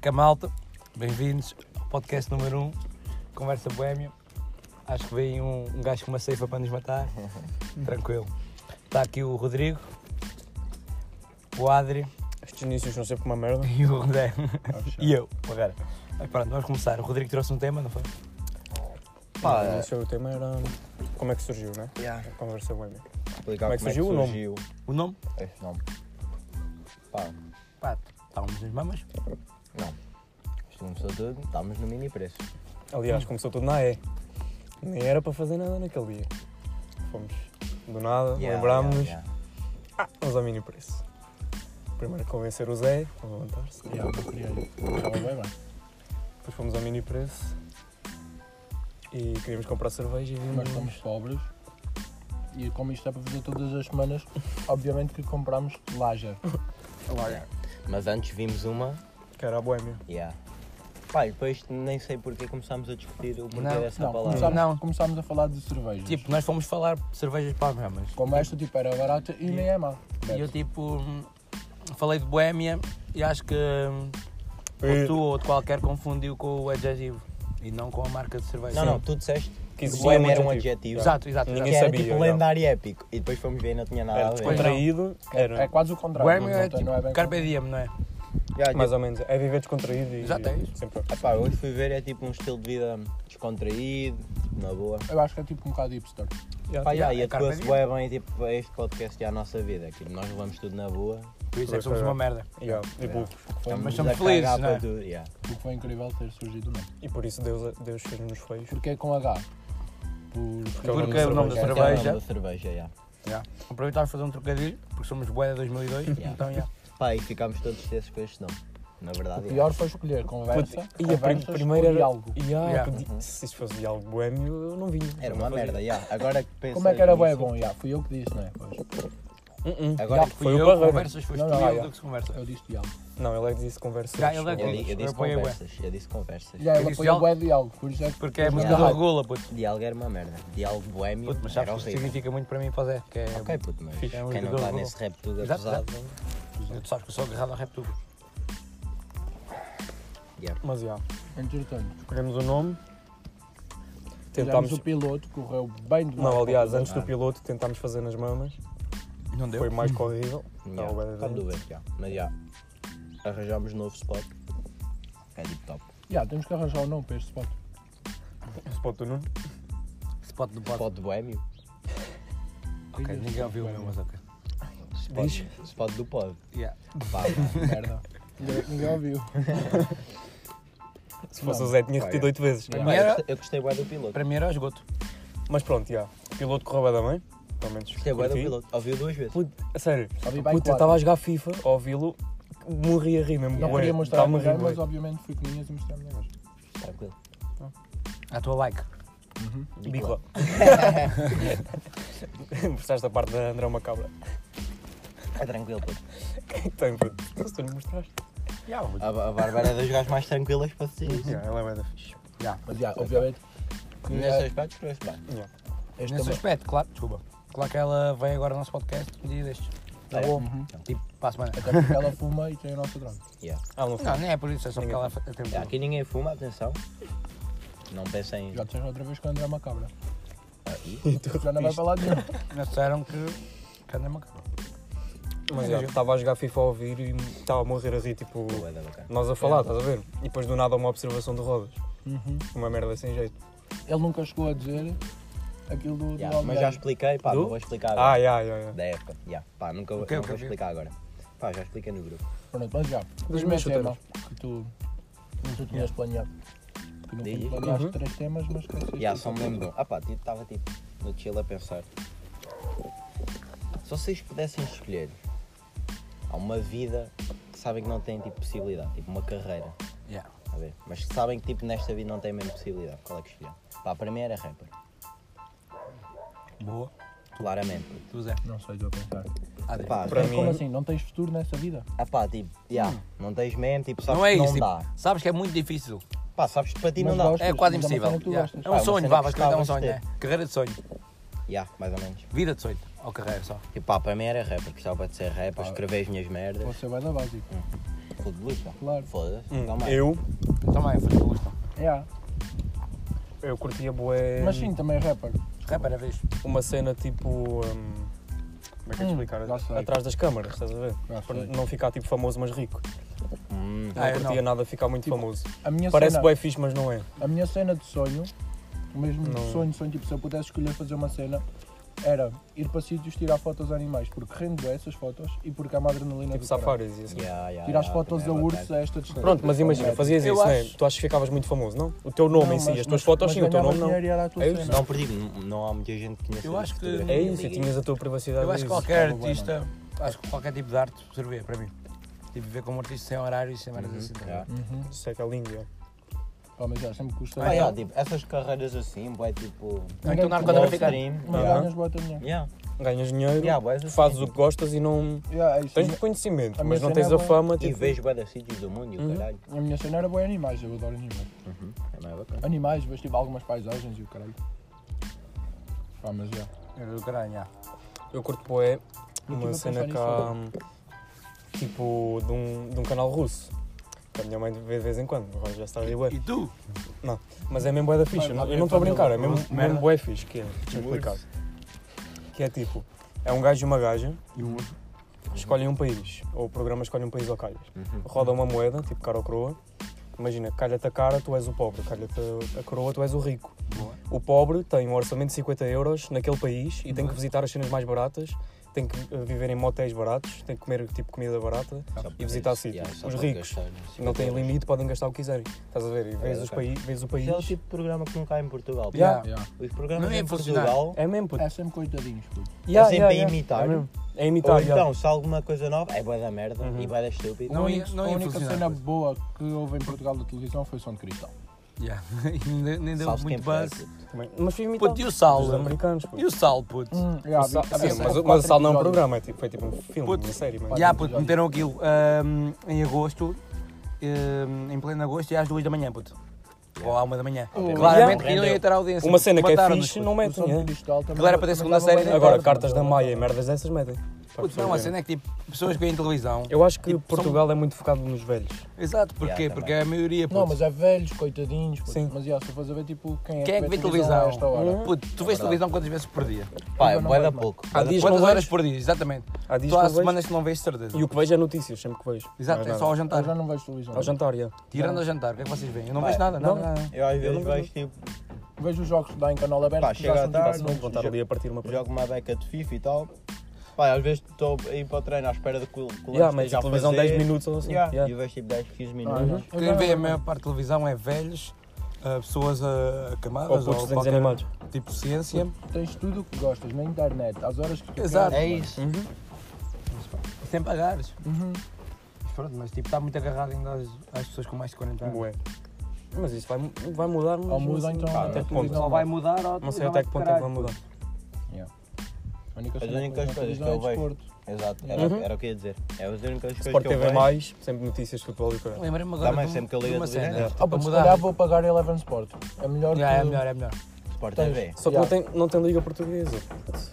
que é, malta? Bem-vindos ao podcast número 1, um, Conversa Boémia. Acho que veio um, um gajo com uma ceifa para nos matar. Tranquilo. Está aqui o Rodrigo, o Adri Estes inícios são sempre uma merda. e o Rodé. E eu, agora. Mas pronto, vamos começar. O Rodrigo trouxe um tema, não foi? Pá, Pá, o início do tema era como é que surgiu, né? yeah. A conversa boêmia. explicar Como é que surgiu o nome? O nome? esse nome. Pá, Pá, estávamos nas mamas. isto começou tudo, estávamos no mini preço. Aliás, começou tudo na E. Nem era para fazer nada naquele dia. Fomos do nada, lembrámos-nos. Yeah, Ah, vamos ao mini preço. Primeiro convencer o Zé a levantar-se. Tá Depois fomos ao mini preço e queríamos comprar cerveja e Nós vimos. somos pobres e como isto é para fazer todas as semanas, obviamente que compramos laja. yeah. Mas antes vimos uma, Que era a boêmia. yeah. Pá, e depois nem sei porque começámos a discutir o porquê Não, dessa Não, palavra. começámos, Não. começámos a falar de cervejas. Tipo, nós fomos falar de cervejas para as mamas. como esta tipo, era barata e nem é má. E eu tipo, hum, falei de boémia e acho que hum, ou tu ou de qualquer confundiu com o adjetivo e não com a marca de cerveja. Não, não, tu disseste Que que existia boêmio um era um adjetivo. adjetivo. Exato, exato. É, Ninguém Que era sabia, É, tipo não. lendário e épico. E depois fomos ver e não tinha nada Era a ver. descontraído, É, era é quase o contrário. Boémia não é tem- tipo não é bem carpe diem, não é? Yeah, tipo, mais ou menos. É viver descontraído e. Exato, é isso. Sempre. ah pá, hoje fui ver é tipo um estilo de vida descontraído, na boa. Eu acho que é tipo um bocado hipster. Pá, Yeah, yeah, e é adequou-se carpe bué bem tipo, a este podcast e à nossa vida. Tipo, nós levamos tudo na boa. Por isso é que somos uma merda. Yeah, e poucos. Foi Estamos Mas a somos felizes, cagar não é? para tudo, yeah. O que foi incrível ter surgido o nome. E por isso Deus, Deus fez-nos feios. Porque é com H. Por, é o nome Porque é o nome da Esse é o cerveja. nome da cerveja, yeah. Yeah. Aproveitar para fazer um trocadilho, porque somos boé de 2002, Yeah. então yeah. Pá, e ficámos todos testes com este nome. Na O verdade, pior foi escolher conversa, Puta, e a prim- conversas primeira ou era. diálogo. Yeah, Yeah. que di- Se isto fosse diálogo boêmio, eu não vinha. é. Uhum. era Eu não uma fazia. merda, yeah. agora que pensas Como é que era bué nisso, bom? Yeah, fui eu que disse, não é? Pois. Uh-uh. Agora Já que Fui o eu, Barreiro. conversas, foste Não, tu não, e ah, eu yeah. do que se conversa. Eu disse diálogo. Não, ele é que disse conversas. Já, ele é que eu, Ele- di- eu Eu disse apoio, ué. conversas, eu disse conversas. Yeah, Eu ele disse apoiou diálogo. bué diálogo, por isso é que Porque é a música Yeah. do Regula, puto. Diálogo era uma merda. Diálogo boémio Puto, mas era sabes que isso horrível. significa muito para mim e para o Zé, que é... Ok, puto, é mas Fica, é um quem não jogador está bom. nesse rap tudo Exato, apesado... exato. Tu sabes que eu sou agarrado ao rap tubo. Mas já, Entretanto, escolhemos o nome. tivemos Tentámos. o piloto, correu bem demais. Não, aliás, antes do Ah. piloto tentámos fazer nas mamas. Não deu? Foi mais que horrível. Yeah. Não, bué de Tá bem. tudo bem, yeah. Mas, já, arranjámos novo spot. É tipo top. Yeah, temos que arranjar um nome para este spot. Spot do Nuno. Spot do pod. Spot do boémio. Ok, ninguém ouviu o meu, mas ok. Spot, spot do pod. Yeah. Pá, Merda. Ninguém- Ninguém ouviu. Se fosse o Zé, tinha repetido oito vezes. pá, Primeiro- eu gostei- eu gostei bué do piloto. Para mim era o esgoto. Mas pronto, já. Piloto correu bem da mãe. Pelo menos. Gostei bué do curti. é piloto. Ouviu duas vezes. Puto, a sério. Ouvi bem Puto, eu quatro. estava a jogar FIFA, ao ouvi-lo, morri a rir mesmo. Não bué. queria mostrar a Estava-me a ninguém, rir, mas bué. obviamente fui com minhas e mostrei a minha voz. Tranquilo. A tua like. Bicla. mostraste a parte da André uma cabra. É tranquilo, puto. Então, puto, tu se não mostraste. A, a Bárbara é das gajas mais tranquilas para se dizer isso. ela é bué da Mas, yeah, obviamente, que, Nesse eh, aspecto, escolheste bem. este Nesse também- aspecto, claro, desculpa. Claro que ela vem agora ao nosso podcast um dia destes. Tá bom. Tipo, para a semana. até porque ela fuma e tem a nossa droga. Yeah. Ah, não foi. Não, nem é por isso, é só porque ela fa- tem Yeah, Aqui ninguém fuma, atenção. Não pensem. Já disseste outra vez que o André é uma cabra. Ah, e? Já não vai para lado nenhum. Eles disseram que. que anda uma cabra. Mas já, estava a jogar FIFA a ouvir e estava a morrer a rir, tipo, Boa da bacana. nós a É. falar, estás a ver? E depois do nada uma observação de rodas. Uhum. Uma merda sem jeito. Ele nunca chegou a dizer aquilo do, do Yeah, mas já Algarve. expliquei, pá, Do? não vou explicar agora. é. Ah, já, já, já. Da época. Yeah. Pá, nunca vou, Ok, não ok, vou ok. explicar agora. Pá, já expliquei no grupo. Pronto, mas já. Mas Primeiro deixa eu tema que tu, que tu tinhas planeado. Que no Diz. fundo planeaste Uhum. três temas, mas é esqueceste. Yeah, só me lembro de um. Ah pá, estava tipo no chill a pensar. Se vocês pudessem escolher há uma vida que sabem que não têm tipo possibilidade, tipo uma carreira, Yeah. a ver? Mas que sabem que tipo nesta vida não têm mesmo possibilidade, qual é que escolhiam? Pá, para mim era rapper, Boa. claramente. Tu, Zé. Não sei, estou a pensar. Ah, Zé. Pá, tipo, Para Mas Como mim- assim? Não tens futuro nessa vida? ah pá, tipo, yeah, não tens mesmo, tipo, sabes Não é que isso. não tipo, dá. sabes que é muito difícil. Pá, sabes que para ti Mas não dá. gosto. É Mas quase é uma cena impossível. que tu Yeah. gostas. É Pá, um uma sonho, cena vá, que vais contar um gostavas sonho, de né? Carreira de sonho. Yeah, mais ou menos. Tipo, Vida de sonho. Ou carreira só. é É. E pá, para mim era rapper, gostava de ser rapper, escrever as minhas merdas. Você vai da básica. Food Bluestone. Claro. Foda-se. então Hum, Calma aí. eu, Eu também, foi Bluestone. É. eu curtia bué Mas sim, também é rapper. Rapper, a vez. uma cena tipo. hum, como é que é de Hum, explicar? já sei. Atrás das câmaras, estás a ver? Já Para sei. é, não ficar tipo famoso, mas rico. Hum, Não Ah, eu curtia nada ficar muito Tipo, famoso. A minha Parece cena, bué fixe, mas não é. A minha cena de sonho, mesmo Não. de sonho, sonho, tipo, se eu pudesse escolher fazer uma cena, era ir para sítios tirar fotos a animais, porque rendo bué essas fotos e porque há uma adrenalina Tipo do safaris e assim. yeah, yeah, Tirar as yeah, fotos a também é urso bacana. a esta distância. Pronto, mas imagina, Não, fazias Eu isso, né? acho- Tu achas que ficavas muito famoso, não? O teu nome em si, mas- as tuas mas- fotos mas sim, o teu ganhavas nome não. dinheiro e era a tua É isso. cena. Não perdido, n- não há muita gente que tipo conhece. Eu acho que- É isso, e tinhas a tua privacidade. Eu acho que disso. qualquer Estava bem, artista, acho que qualquer tipo de arte servia para mim. Tipo, viver como artista sem horário e sem merdas assim. tá Ah, ligado? Uhum. Isso é que é lindo, é. Pá, mas já, sempre gostei. Ah, yeah, tipo, essas carreiras assim, boé, tipo. Ou Então, na Ninguém- arcada Não, vai ficar. mainstream, Mas Yeah. ganhas boa também. Yeah. Ganhas dinheiro, Yeah, bué, isso fazes sim. o que gostas e não. Yeah, é isso. Tens conhecimento, a mas minha não cena tens é a bué- fama. E Tipo, vejo bué de sítios do mundo e o Uhum. caralho. A minha cena era boa animais, eu adoro animais. Uhum. Também é bacana. Animais, vejo tipo algumas paisagens e o caralho. Pá, mas já. Era É do caralho, já. eu curto poé, Eu uma tive a cena pensar cá. hum, Tipo, de um, de um canal russo. Que A minha mãe vê de vez em quando, agora já está a ver bué. E tu? Mas é mesmo bué da ficha, Vai, vai, eu não estou a vai, brincar, é vai, mesmo, merda. mesmo bué fixe, que é, deixa eu explicar. Que é tipo, é um gajo e uma gaja, E o outro? escolhem um país, ou o programa escolhe um país ao calhas. Uhum. Roda uma moeda, tipo cara ou coroa. Imagina, calha-te a cara, tu és o pobre, calha-te a coroa, tu és o rico. Boa. O pobre tem um orçamento de 50 euros naquele país e tem que visitar as cenas mais baratas, tem que eh, viver em motéis baratos, tem que comer tipo comida barata. Só E visitar porque- sítios. só Os porque ricos gastar, né? Não têm limite, podem gastar o que quiserem. Estás a ver? E vês, É, os ok. país, vês o país. Isso é o tipo de programa que não cai em Portugal. pá. Yeah. Ah, Yeah. Os programas Não ia em funcionar. Portugal É mesmo, puto. É sempre coitadinhos, puto. Yeah, sempre yeah, a yeah. imitar. É, mesmo. É Ou imitar, yeah. então, se há alguma coisa nova, é boa da merda Uhum. e boa da estúpida. Não a ia- única, não ia a única funcionar, cena pois. boa que houve em Portugal da televisão foi Som de Cristal. Já. E nem- Nem deu Sabes muito quem é foi, buzz. puto. Também. né? Então, Mas é Hum. fui imitar. Puto, e o sal? Os americanos, puto. E o sal, puto? Yeah, O Sal- havia- sim, havia mas, o- quatro mas o Sal não é um episódios. programa, é tipo- foi tipo um filme, Puto. uma série. Mas... Já, puto, meteram aquilo hum, em agosto, hum, em pleno agosto, e às duas da manhã, puto. Ou à uma da manhã. Oh. Claramente que Yeah. não ia ter audiência. Uma cena que é Mataram-nos, fixe, puto. não O Som metem. de é. tipo, Cristal também. Aquilo era para ter segunda série, né? Agora, cartas da Maia e merdas dessas metem. Puto, não, uma cena é que tipo, pessoas que veem televisão. Eu acho que Tipo, são- Portugal é muito focado nos velhos. Exato, porquê? Yeah, Porque a maioria, puto. Não, mas é velhos, coitadinhos. puto. Sim. Mas já, se tu fores a ver, tipo, quem é Quem é que Uhum. vê a televisão? esta é- hora? Puto, tu vês televisão quantas vezes por dia? Pá, é Eu não boa da vejo, mano. pouco. Há dias que não Quantas horas vejo. por dia? Exatamente. Há dias Tu que Então, há não vejo. semanas que não vês de certeza. E o que vejo é notícias, sempre que vejo. Exato, Mais é nada. só ao jantar. Eu já não vejo televisão. Ao jantar, já. Tirando ao jantar, o que é que vocês veem? Eu não Vai. vejo nada, Não. nada. nada. Eu às vezes não vejo tipo, Vejo os jogos lá em canal aberto. Pá, que chega já à são tarde, tipo- Vão contar já- ali a partir uma jogo uma beca de FIFA e tal. Pá, às vezes estou a ir para o treino à espera de que o que o Já, lance mas esteja a a televisão fazer. 10 minutos ou assim. Yeah. Yeah. E eu vejo tipo 10, 15 Ah, minutos. já. Quem vê a maior parte da televisão é velhos, ah, pessoas ah, Ou acamadas, ou, putos qualquer desanimados. tipo de ciência. Tens tudo o que gostas na internet, às horas que tu Exato. É isso. Sem pagares. queres. Uhum. É. Mas pronto, mas tipo, está muito agarrado ainda às, às pessoas com mais de 40 anos. Bué. Mas isso vai, vai mudar, mas Ou muda assim, então. pá, ou é até que televisão ponto. Só vai mudar ou Não sei até que ponto é que vai mudar. A única As cena que únicas vejo na coisas que então, televisão eu é vejo. desporto. Exato, era, Uhum. era o que eu ia dizer. É as únicas coisas Sport que eu TV+, vejo. mais, sempre notícias, futebol e caralho. Lembrei-me agora Dá mais de um- sempre que eu ligo de uma a televisão. né? cena. É. Tipo, Ah, pá, se mudar. calhar vou pagar Eleven Sport. É melhor Já, que... é melhor, é melhor. Sport Tens. TV. Só que Yeah. não, tem, não tem liga portuguesa.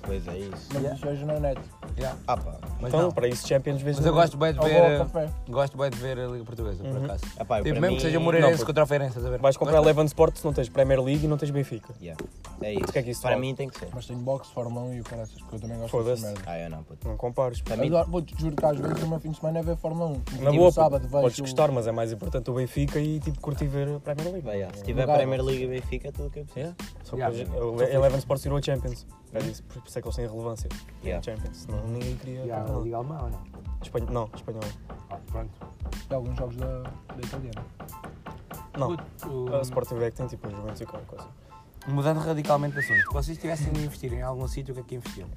Pois é isso. Mas Yeah. isso vejo na net. Já. Ah pá. Mas, Então, não. para Uhum. isso, Champions vezes. Mas eu gosto bem de Ou vou ao ver. café. Gosto bem de ver a Liga Portuguesa, por acaso. Ah, pá, eu Tipo, mesmo para mim- que seja o Moreirense puto. contra o Feirense, estás a ver? Vais comprar Gosto. Eleven Sports, não tens Premier League e não tens Benfica. Yeah. É isso. que é que isso para vale? mim tem que ser. Mas tenho boxe, Fórmula 1 e o caraças, porque eu também gosto Foda-se. dessa merda. Ah, eu não, puto. Não compares. Para mim, Agora, vou-te juro que às vezes o meu fim de semana é ver Fórmula 1. Na Tipo, boa, sábado vejo... podes gostar, mas é mais importante o Benfica e tipo curtir ver a Premier League. vai, yeah. se tiver Lugar. Premier League e Benfica, é tudo o que eu preciso. Yeah. Só Yeah. que ele- Eleven Sports virou a Champions. É isso, por por isso é que eles têm relevância. Yeah. Champions, senão ninguém queria. Já, a não. Liga Alemã ou não? Espanho- não, espanhol. Ah, Pronto. de alguns jogos da, da italiana. Não, Puto, um- o- a Sport TV é que tem tipo os Juventus e qualquer coisa. Mudando radicalmente de assunto, se vocês tivessem de investir em algum sítio, o que é que investiam?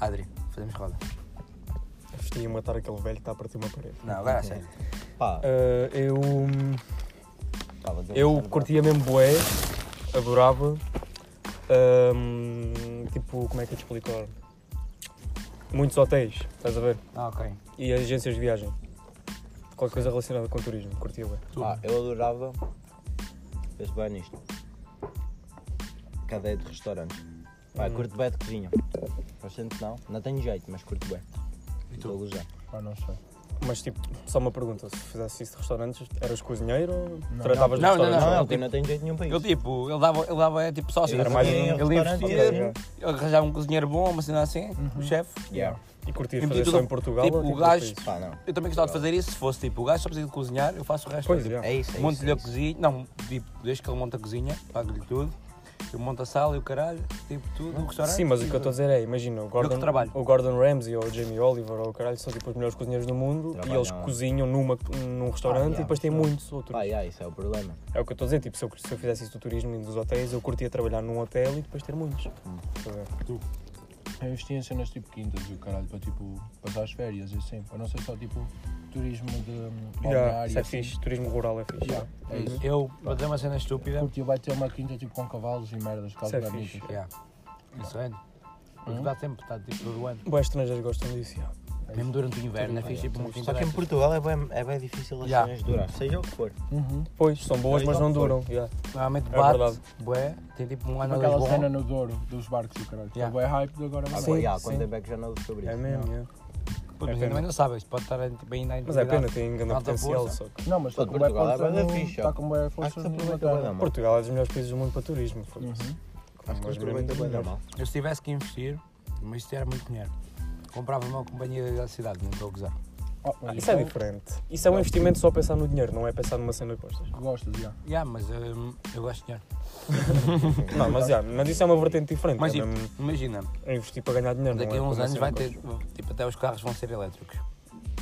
Adri, fazemos roda. Vestia a matar aquele velho que está a partir uma parede. Não, agora é a sério. Pá, Ah, eu. estava a dizer Eu merda. curtia mesmo bué, adorava. Ahm, tipo, como é que eu te explico? agora? Muitos hotéis, estás a ver? Ah, ok. E agências de viagem. Qualquer coisa relacionada com turismo, curtia bué. Pá, eu adorava. Penso bem nisto. Cadeia de restaurantes. Pá, Hum. curto bem de cozinha. Bastante não. Não tenho jeito, mas curto bem. E tu? Estou a gozar. Ah, não sei. Mas tipo, só uma pergunta, se fizesse isso de restaurantes, eras cozinheiro ou tratavas Não, de não, restaurantes? Não, não, ele tipo- não tem jeito nenhum para Ele isso. tipo, ele dava, ele dava é, tipo sócio. Era Ele mais um ele restaurante, investia, yeah. ele arranjava um cozinheiro bom, uma cena assim, o chefe. Yeah. E curtias E fazer metido só no- em Portugal? tipo, ou, o gajo- curtias? Pá, não. Eu também gostava de fazer isso se fosse tipo, o gajo só precisa de cozinhar, eu faço o resto. Pois, Tipo, já. É isso, é isso. Monto-lhe é a isso. cozinha, não, tipo, desde que ele monta a cozinha, pago-lhe tudo. Eu monto a sala e o caralho, tipo, tudo, o restaurante. Sim, mas o que eu estou a dizer é, imagina, o Gordon, trabalho. o Gordon Ramsay ou o Jamie Oliver ou o caralho são tipo os melhores cozinheiros do mundo e Trabalham. eles cozinham numa, num restaurante yeah, e depois têm claro. muitos outros. Pá, yeah, isso é o problema. É o que eu estou a dizer, tipo, se eu, se eu fizesse isso do turismo e dos hotéis, eu curtia trabalhar num hotel e depois ter muitos. Estás a ver? Eu investi em cenas tipo quintas e o caralho, para tipo, passar as férias e assim, para não ser só tipo turismo de hum, Yeah, balneário. isso é assim. fixe, turismo rural é fixe. Yeah, é isso. Eu vou dizer uma cena estúpida. Curtiu, vai ter uma quinta tipo com cavalos e merdas, Uhum. Isso é calças fixe. bonitas. Yeah. Isso rende. Porque Hum? dá tempo, está tipo todo o ano. Boas estrangeiros gostam disso. yeah. Mesmo durante o né? inverno, é fixe tipo um uma Só quinta que em dessas. Portugal é bem, é bem difícil as Yeah. cenas durar, seja o que for. Uhum. Pois, são boas, Pois, mas não não duram. yeah. Normalmente É bate, verdade. bué, tem tipo um Tipo ano ou dois aquela cena bom. no Douro, dos barcos e o caralho. Yeah. Foi bem hype de agora Agora, vai Ah, Sim, yeah, quando sim. é back já não sobre isso. É mesmo, Não. yeah. Pô, É mas pena. ainda não sabes, pode estar tipo, ainda em Mas é pena, atividade. tem grande Alta potencial. força. Só que... Não, mas está Pô, com boa Portugal é força. bué da no- fixe, Está ó. com boa Acho que força se no aproveita bué da Inglaterra. mal. Portugal é das melhores países do mundo para turismo. Uhum. foda-se. Acho que se aproveita bué da mal. Eu se tivesse que investir, mas isto era muito dinheiro. Comprava uma companhia da cidade, não estou a gozar. Oh, Ah, mas Isso é diferente. Isso é um investimento só a pensar no dinheiro, não é pensar numa cena de costas. Gostas, já. Yeah, mas hum, eu gosto de dinheiro. Não, mas, já, mas isso é uma vertente diferente. Mas é tipo, mesmo é imagina, investir para ganhar dinheiro. daqui a não é uns para anos ser vai uma ter, coisa. tipo, até os carros vão ser elétricos.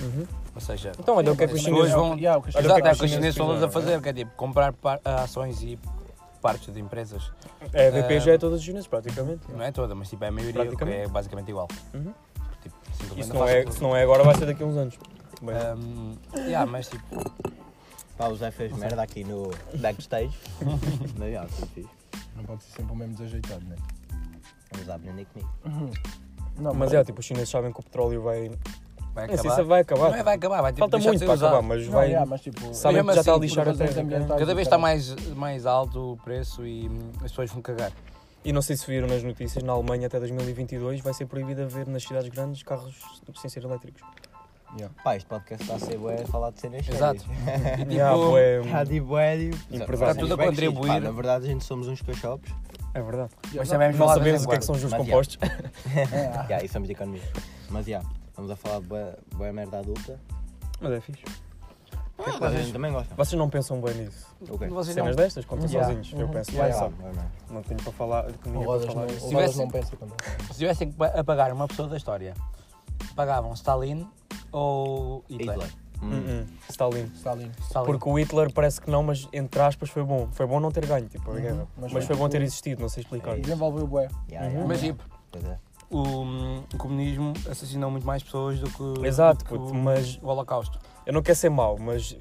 Uhum. Ou seja, Então, olha o que é que os as Mas pessoas chineses é o- vão. yeah, o que os Olha o Exato, que é que é o os que os chineses chineses estão a fizeram, fazer, que é tipo comprar par- ações e partes de empresas. É, a BP já Ah, é todas as chineses, praticamente. Não é toda, mas tipo, é a maioria que é Praticamente. basicamente igual. Uhum. Tipo, simplesmente Isso não fazem é, tudo. se não é agora, vai ser daqui a uns anos. Bem, Hum, yeah, mas tipo, Pá, o Zé fez merda aqui no backstage. Mas já, foi fixe. Não pode ser sempre o mesmo desajeitado, né? Vamos aprender comigo. Não, mas é, tipo, os chineses sabem que o petróleo vai. vai Não sei acabar. se vai acabar. Não é, vai acabar, vai tipo, Falta deixar de muito ser para usado. é, acabar, mas não, vai. yeah, mas tipo, Sabem Mesmo que já está a assim, lixar por a razões terra. né? ambientais. Cada vez está mais, mais alto o preço e hum, as pessoas vão cagar. E não sei se viram nas notícias, na Alemanha até 2022 vai ser proibido haver nas cidades grandes carros sem ser elétricos. Pá, este podcast está a ser bué a falar de cenas Exato. sérias. E tipo, Yeah, É, bué, Está de bué, tipo, Empresário. Está tudo a Bué que sim. contribuir. Pá, Na verdade, a gente somos uns cachopos. é verdade. mas também Não falar de sabemos vez em o que é que são quando. os juros Mas, compostos. Ah. É. Já, e somos de economia. Mas já, estamos a falar de bué- bué merda adulta. Ah, Mas é fixe. O que é que vocês também gostam? Vocês não pensam bem nisso. Ok. Vocês não. Cenas destas, contam Yeah. sozinhos. Eu penso, Vai vai lá, só. vai lá. Não tenho para falar. O Não Rodas para não- falar o isso. Rodas tivesse- não pensa também. Se tivessem que pa- apagar uma pessoa da história, pagavam Stalin ou Hitler? Hitler. Hum. Hum, hum. Stalin. Stalin. Uhum. Stalin. Porque o Hitler parece que não, mas entre aspas foi bom. Foi bom não ter ganho, tipo, a Uhum. guerra. Mas, mas foi- foi bom ter existido, não sei explicar. É isso. Desenvolveu bué. Já, já, Mas já. tipo, Pois é. o, hum, o comunismo assassinou muito mais pessoas do que, Exato, do que puto, o, mas- o Holocausto. Eu não quero ser mau, mas.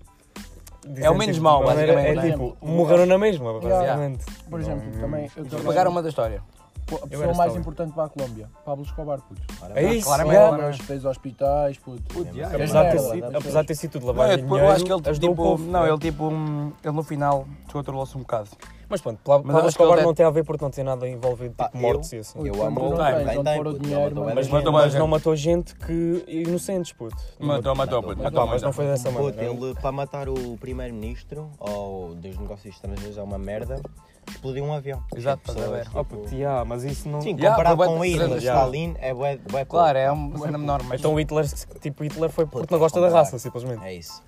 É o menos mau, É basicamente, né? tipo, morreram na mesma, Yeah. basicamente. Por exemplo, Não, também. eu Eles também- apagaram uma da história. A era pessoa mais Stalin. importante para a Colômbia, Pablo Escobar, puto. Ora, É bem. isso, claramente, yeah. claramente. Fez hospitais, puto. Puto, já, Apesar de ter Merda, sido- dá apesar de ter sido tudo Não, eu, lavagem de depois- dinheiro, eu acho que ele ajudou o tipo, povo. não, ele tipo, hum, ele no final descontrolou-se um bocado. Mas pronto, Pablo Mas acho que Escobar ele não deve- tem a ver porque não tem nada envolvido, Pá, tipo, mortes e assim. Ui, Eu quando amo tu o não Hitler, tens tem, onde tem, pôr o puto, dinheiro, ele matou mano, Mas, bué é matou, bem mas gente. não matou gente que... inocentes, puto. Não Matou, matou, matou, puto, Ah, matou, pá, mas não foi dessa Puto, maneira. ele para matar o primeiro-ministro ou dos negócios estrangeiros é uma merda, explodiu um avião. Exato, Tipo, estás a ver. pessoas, Oh, tipo- puto, yeah, mas isso não... Sim, Yeah, comparado foi bué com de- Hitler, yeah. Stalin, é bué, bué pouco. Claro, é uma cena menor, mas Então o Hitler, tipo, Hitler foi porque Puto, oh, não gosta da comparar. raça, simplesmente. É isso.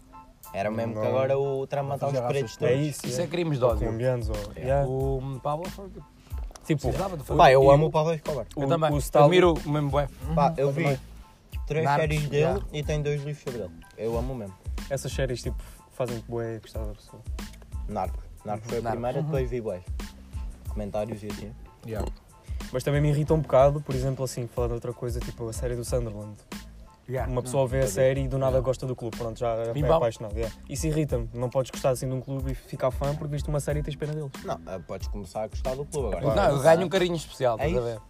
Era mesmo que Não. agora o Trump matar os Fazer pretos É todos. isso, isso é yeah. crimes de Ou ódio. colombianos, ou... É. yeah. O hum, Pablo foi tipo, Tipo, precisava de fazer. Pá, eu E amo o- o Pablo Escobar. Eu o- também. o Stalin- Admiro o mesmo bué. Uhum. Pá, eu vi três Narcos, séries dele yeah. e tenho dois livros sobre ele. Eu amo mesmo. essas séries, tipo, fazem bué gostar da pessoa. Narco. Narco foi a Narcos. Uhum. primeira, depois vi boas. Comentários e assim. Yeah. Mas também me irrita um bocado, por exemplo, assim, falando de outra coisa, tipo, a série do Sunderland. Yeah. Uma pessoa vê a série e do nada gosta do clube, pronto, já é Pimbau. apaixonado. yeah. Isso irrita-me, não podes gostar assim de um clube e ficar fã porque viste uma série e tens pena deles. Não, ah, podes começar a gostar do clube agora. Não, eu ganho um carinho especial, É estás a isso? ver?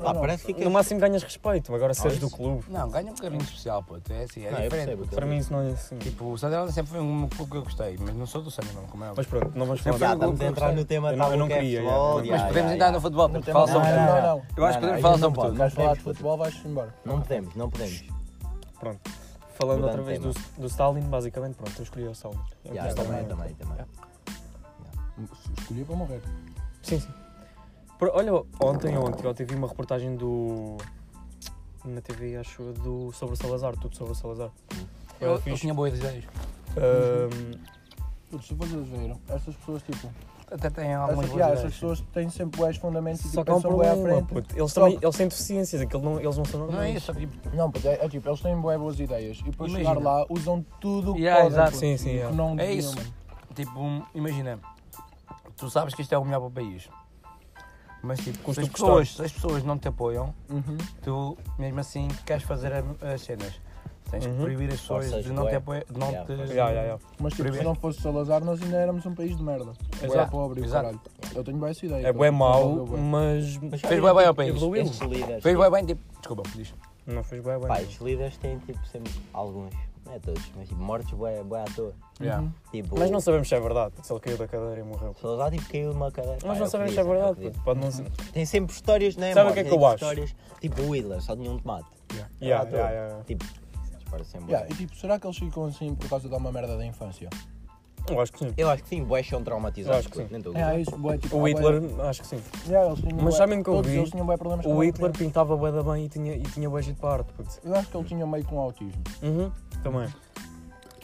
Pá, parece que fica. No máximo ganhas respeito, agora seres do isso. clube. Não, ganho um carinho especial, puto. É assim, é Não, eu diferente. percebo. o que Para ele mim diz. isso não é assim. Tipo, o Sunderland sempre foi um clube que eu gostei, mas não sou do Sunderland, como é Mas óbvio. pronto, não vamos falar Já, um clube estamos que a eu entrar no gostei. tema Eu não- tal, eu não que é queria, futebol, yeah, Mas yeah, podemos yeah, entrar yeah. no futebol, porque Não, fala sobre não, futebol. não, não. Eu acho que Não, podemos não, falar aí não sobre pode. tudo. Vais falar de puto. futebol, vais embora. né? Não podemos, não podemos. Falando Mudando outra vez do, de do Stalin, basicamente, pronto, eu escolhi o Stalin. Eu Yeah, eu gosto também, do Stalin. também, também. Escolhi para morrer. Sim, sim. Por- olha, ontem ou ontem, ontem vi uma reportagem do. na TV, acho, eu, do, sobre o Salazar, tudo sobre o Salazar. Foi Eu, eu fixe. tinha boas ideias. Uhum. Ahm, Todos se vocês viram, estas pessoas tipo. Ah, Até tem algumas Essas, boas yeah, essas ideias. pessoas têm sempre bués fundamentos e Só tipo, que há um pensam bué à problema, frente. puto. Eles, Só também, que- eles têm deficiências, aquilo não, eles não são normais. é Não é isso, só que, tipo, Não, porque é, é tipo, eles têm bué boas ideias e depois Imagina. chegar lá usam tudo o que Yeah, podem, exato. puto, Sim, sim, que yeah. não É deviam, isso. mano. tipo, imagina, tu sabes que isto é o melhor para o país. Mas tipo, se Custa as, o que custar. pessoas, se as pessoas não te apoiam, Uhum. tu mesmo assim queres fazer a- as cenas. Tens que Uhum. proibir as pessoas Forças, de não te bué. apoiar, de não Yeah, te. forças. Yeah, yeah, yeah. Mas tipo, se Primeiro. não fosse Salazar, nós ainda éramos um país de merda. Bué Exato, pobre e o exato. caralho. Eu tenho bué essa ideia. É bué cara. mau, Eu bué. mas. Mas Fez bué bem ao país. Evoluiu. Estes líderes, Fez tipo, bem, bem, tipo. Desculpa, diz. Não fez bué bem. pá, estes líderes têm tipo sempre alguns, não é todos, mas tipo mortes bué, bué à toa. Yeah. Tipo, Mas não sabemos se é verdade, se ele caiu da cadeira e morreu. Só lá tipo caiu numa cadeira. Pá, Mas é o não que sabemos se é dizem, o verdade, que dizem. puto. Pode não ser. Tem sempre histórias, não é? Sabe o que é morte, que eu acho? tem Histórias, tipo o Hitler, só tinha um tomate. Yeah, À toa. yeah, yeah. Tipo, eles parecem bué. Yeah, e tipo, será que eles ficam assim por causa de uma merda da infância? Eu acho que sim. Eu acho que sim, boés são traumatizados. Eu acho que puto, sim. Nem estou a É, gozar. isso, bué, tipo, há O bué- Hitler, acho que sim. Yeah, eles tinham Mas bué- sabem que eu todos vi? eles tinham bué problemas com O a Hitler criança. pintava bué da bem e tinha, e tinha bué jeito para a arte, puto. Eu acho que ele tinha meio com autismo. Uhum, também.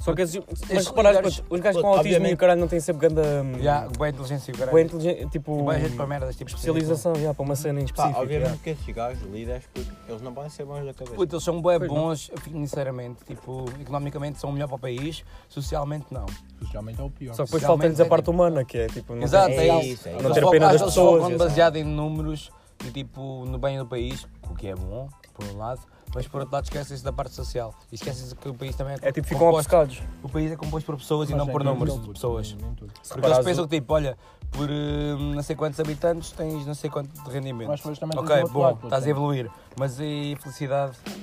Só que esses, mas esses reparaste, lugares- puto, os gajos com autismo e puto, o obviamente- caralho não têm sempre grande. Yeah, é boa inteligência, e o caralho. Boa inteligência, tipo. Boa gente para merdas, tipo. Especialização, yeah, para uma cena em Pá, específico. yeah. obviamente que esses gajos, líderes, puto, eles não podem ser bons da cabeça. Puta, eles são bué Pois não. bons financeiramente, tipo, economicamente são o melhor para o país, socialmente não. Socialmente é o pior. Só que depois falta-lhes a parte humana, que é tipo. não Exato, tem- é, é isso. isso, é Eles isso. só- Não ter pena das eles só pessoas, vão exato. baseado em números e tipo no bem do país, o que é bom, por um lado, mas por outro lado esquecem-se da parte social. E esquecem-se que o país também é, É tipo, ficam composto. obcecados. O país é composto por pessoas e Mas não é por nem números tudo, de puto, pessoas. nem- nem tudo. Porque eles Reparares pensam o- que tipo, olha, por hum, não sei quantos habitantes tens não sei quanto de rendimento. Mas depois também tens o ok, outro bom, lado, puto. estás a evoluir. Mas e felicidade uh,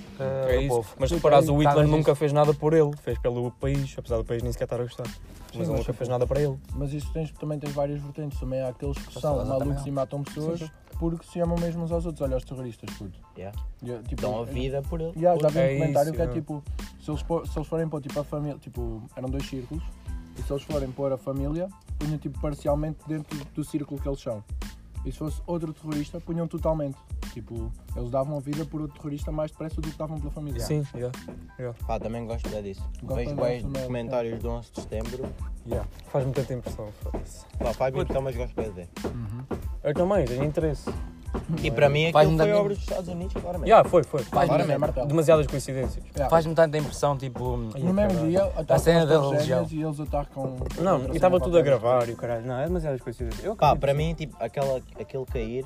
É do isso. povo? Mas reparares, o Tá, Hitler mas nunca fez nada por ele, fez pelo país, apesar do país nem sequer estar a gostar. mas ele mas nunca fez nada para ele. Mas isso tens- também tem várias vertentes. Também há aqueles que Mas são Salazar malucos também e matam pessoas porque se amam mesmo uns aos outros. Olha, os terroristas, puto. Yeah. E eu, Tipo, Dão a eu- vida por ele. Yeah, já vi É um comentário isso, que é yeah. tipo, se eles, pôr- se eles forem pôr tipo a família, tipo, eram dois círculos, e se eles forem pôr a família, punham tipo parcialmente dentro do círculo que eles são. E se fosse outro terrorista, punham totalmente. Tipo, eles davam a vida por outro terrorista mais depressa do que davam pela família. Sim, yeah. Pá, também gosto bué disso. Gosto Vejo bem bué disso, não é? documentários do 11 de setembro. faz-me tanta impressão. foda-se. Pá, faz então, mas gosto bué de ver. Eu também, tenho interesse. E para mim Faz-me aquilo dar foi medo. obra dos Estados Unidos, claramente. é Yeah, foi, foi. Faz- Agora Claramente. é martelo. Demasiadas coincidências. Yeah. Faz-me tanta impressão, tipo. Ai, No mesmo caralho. dia, atacam cena as da torres religião. gêmeas E eles atacam. outra Não, e cena estava tudo a qualquer. gravar e o caralho. Não, é demasiadas coincidências. Eu Pá, acredito. para mim, tipo, aquela, aquele cair,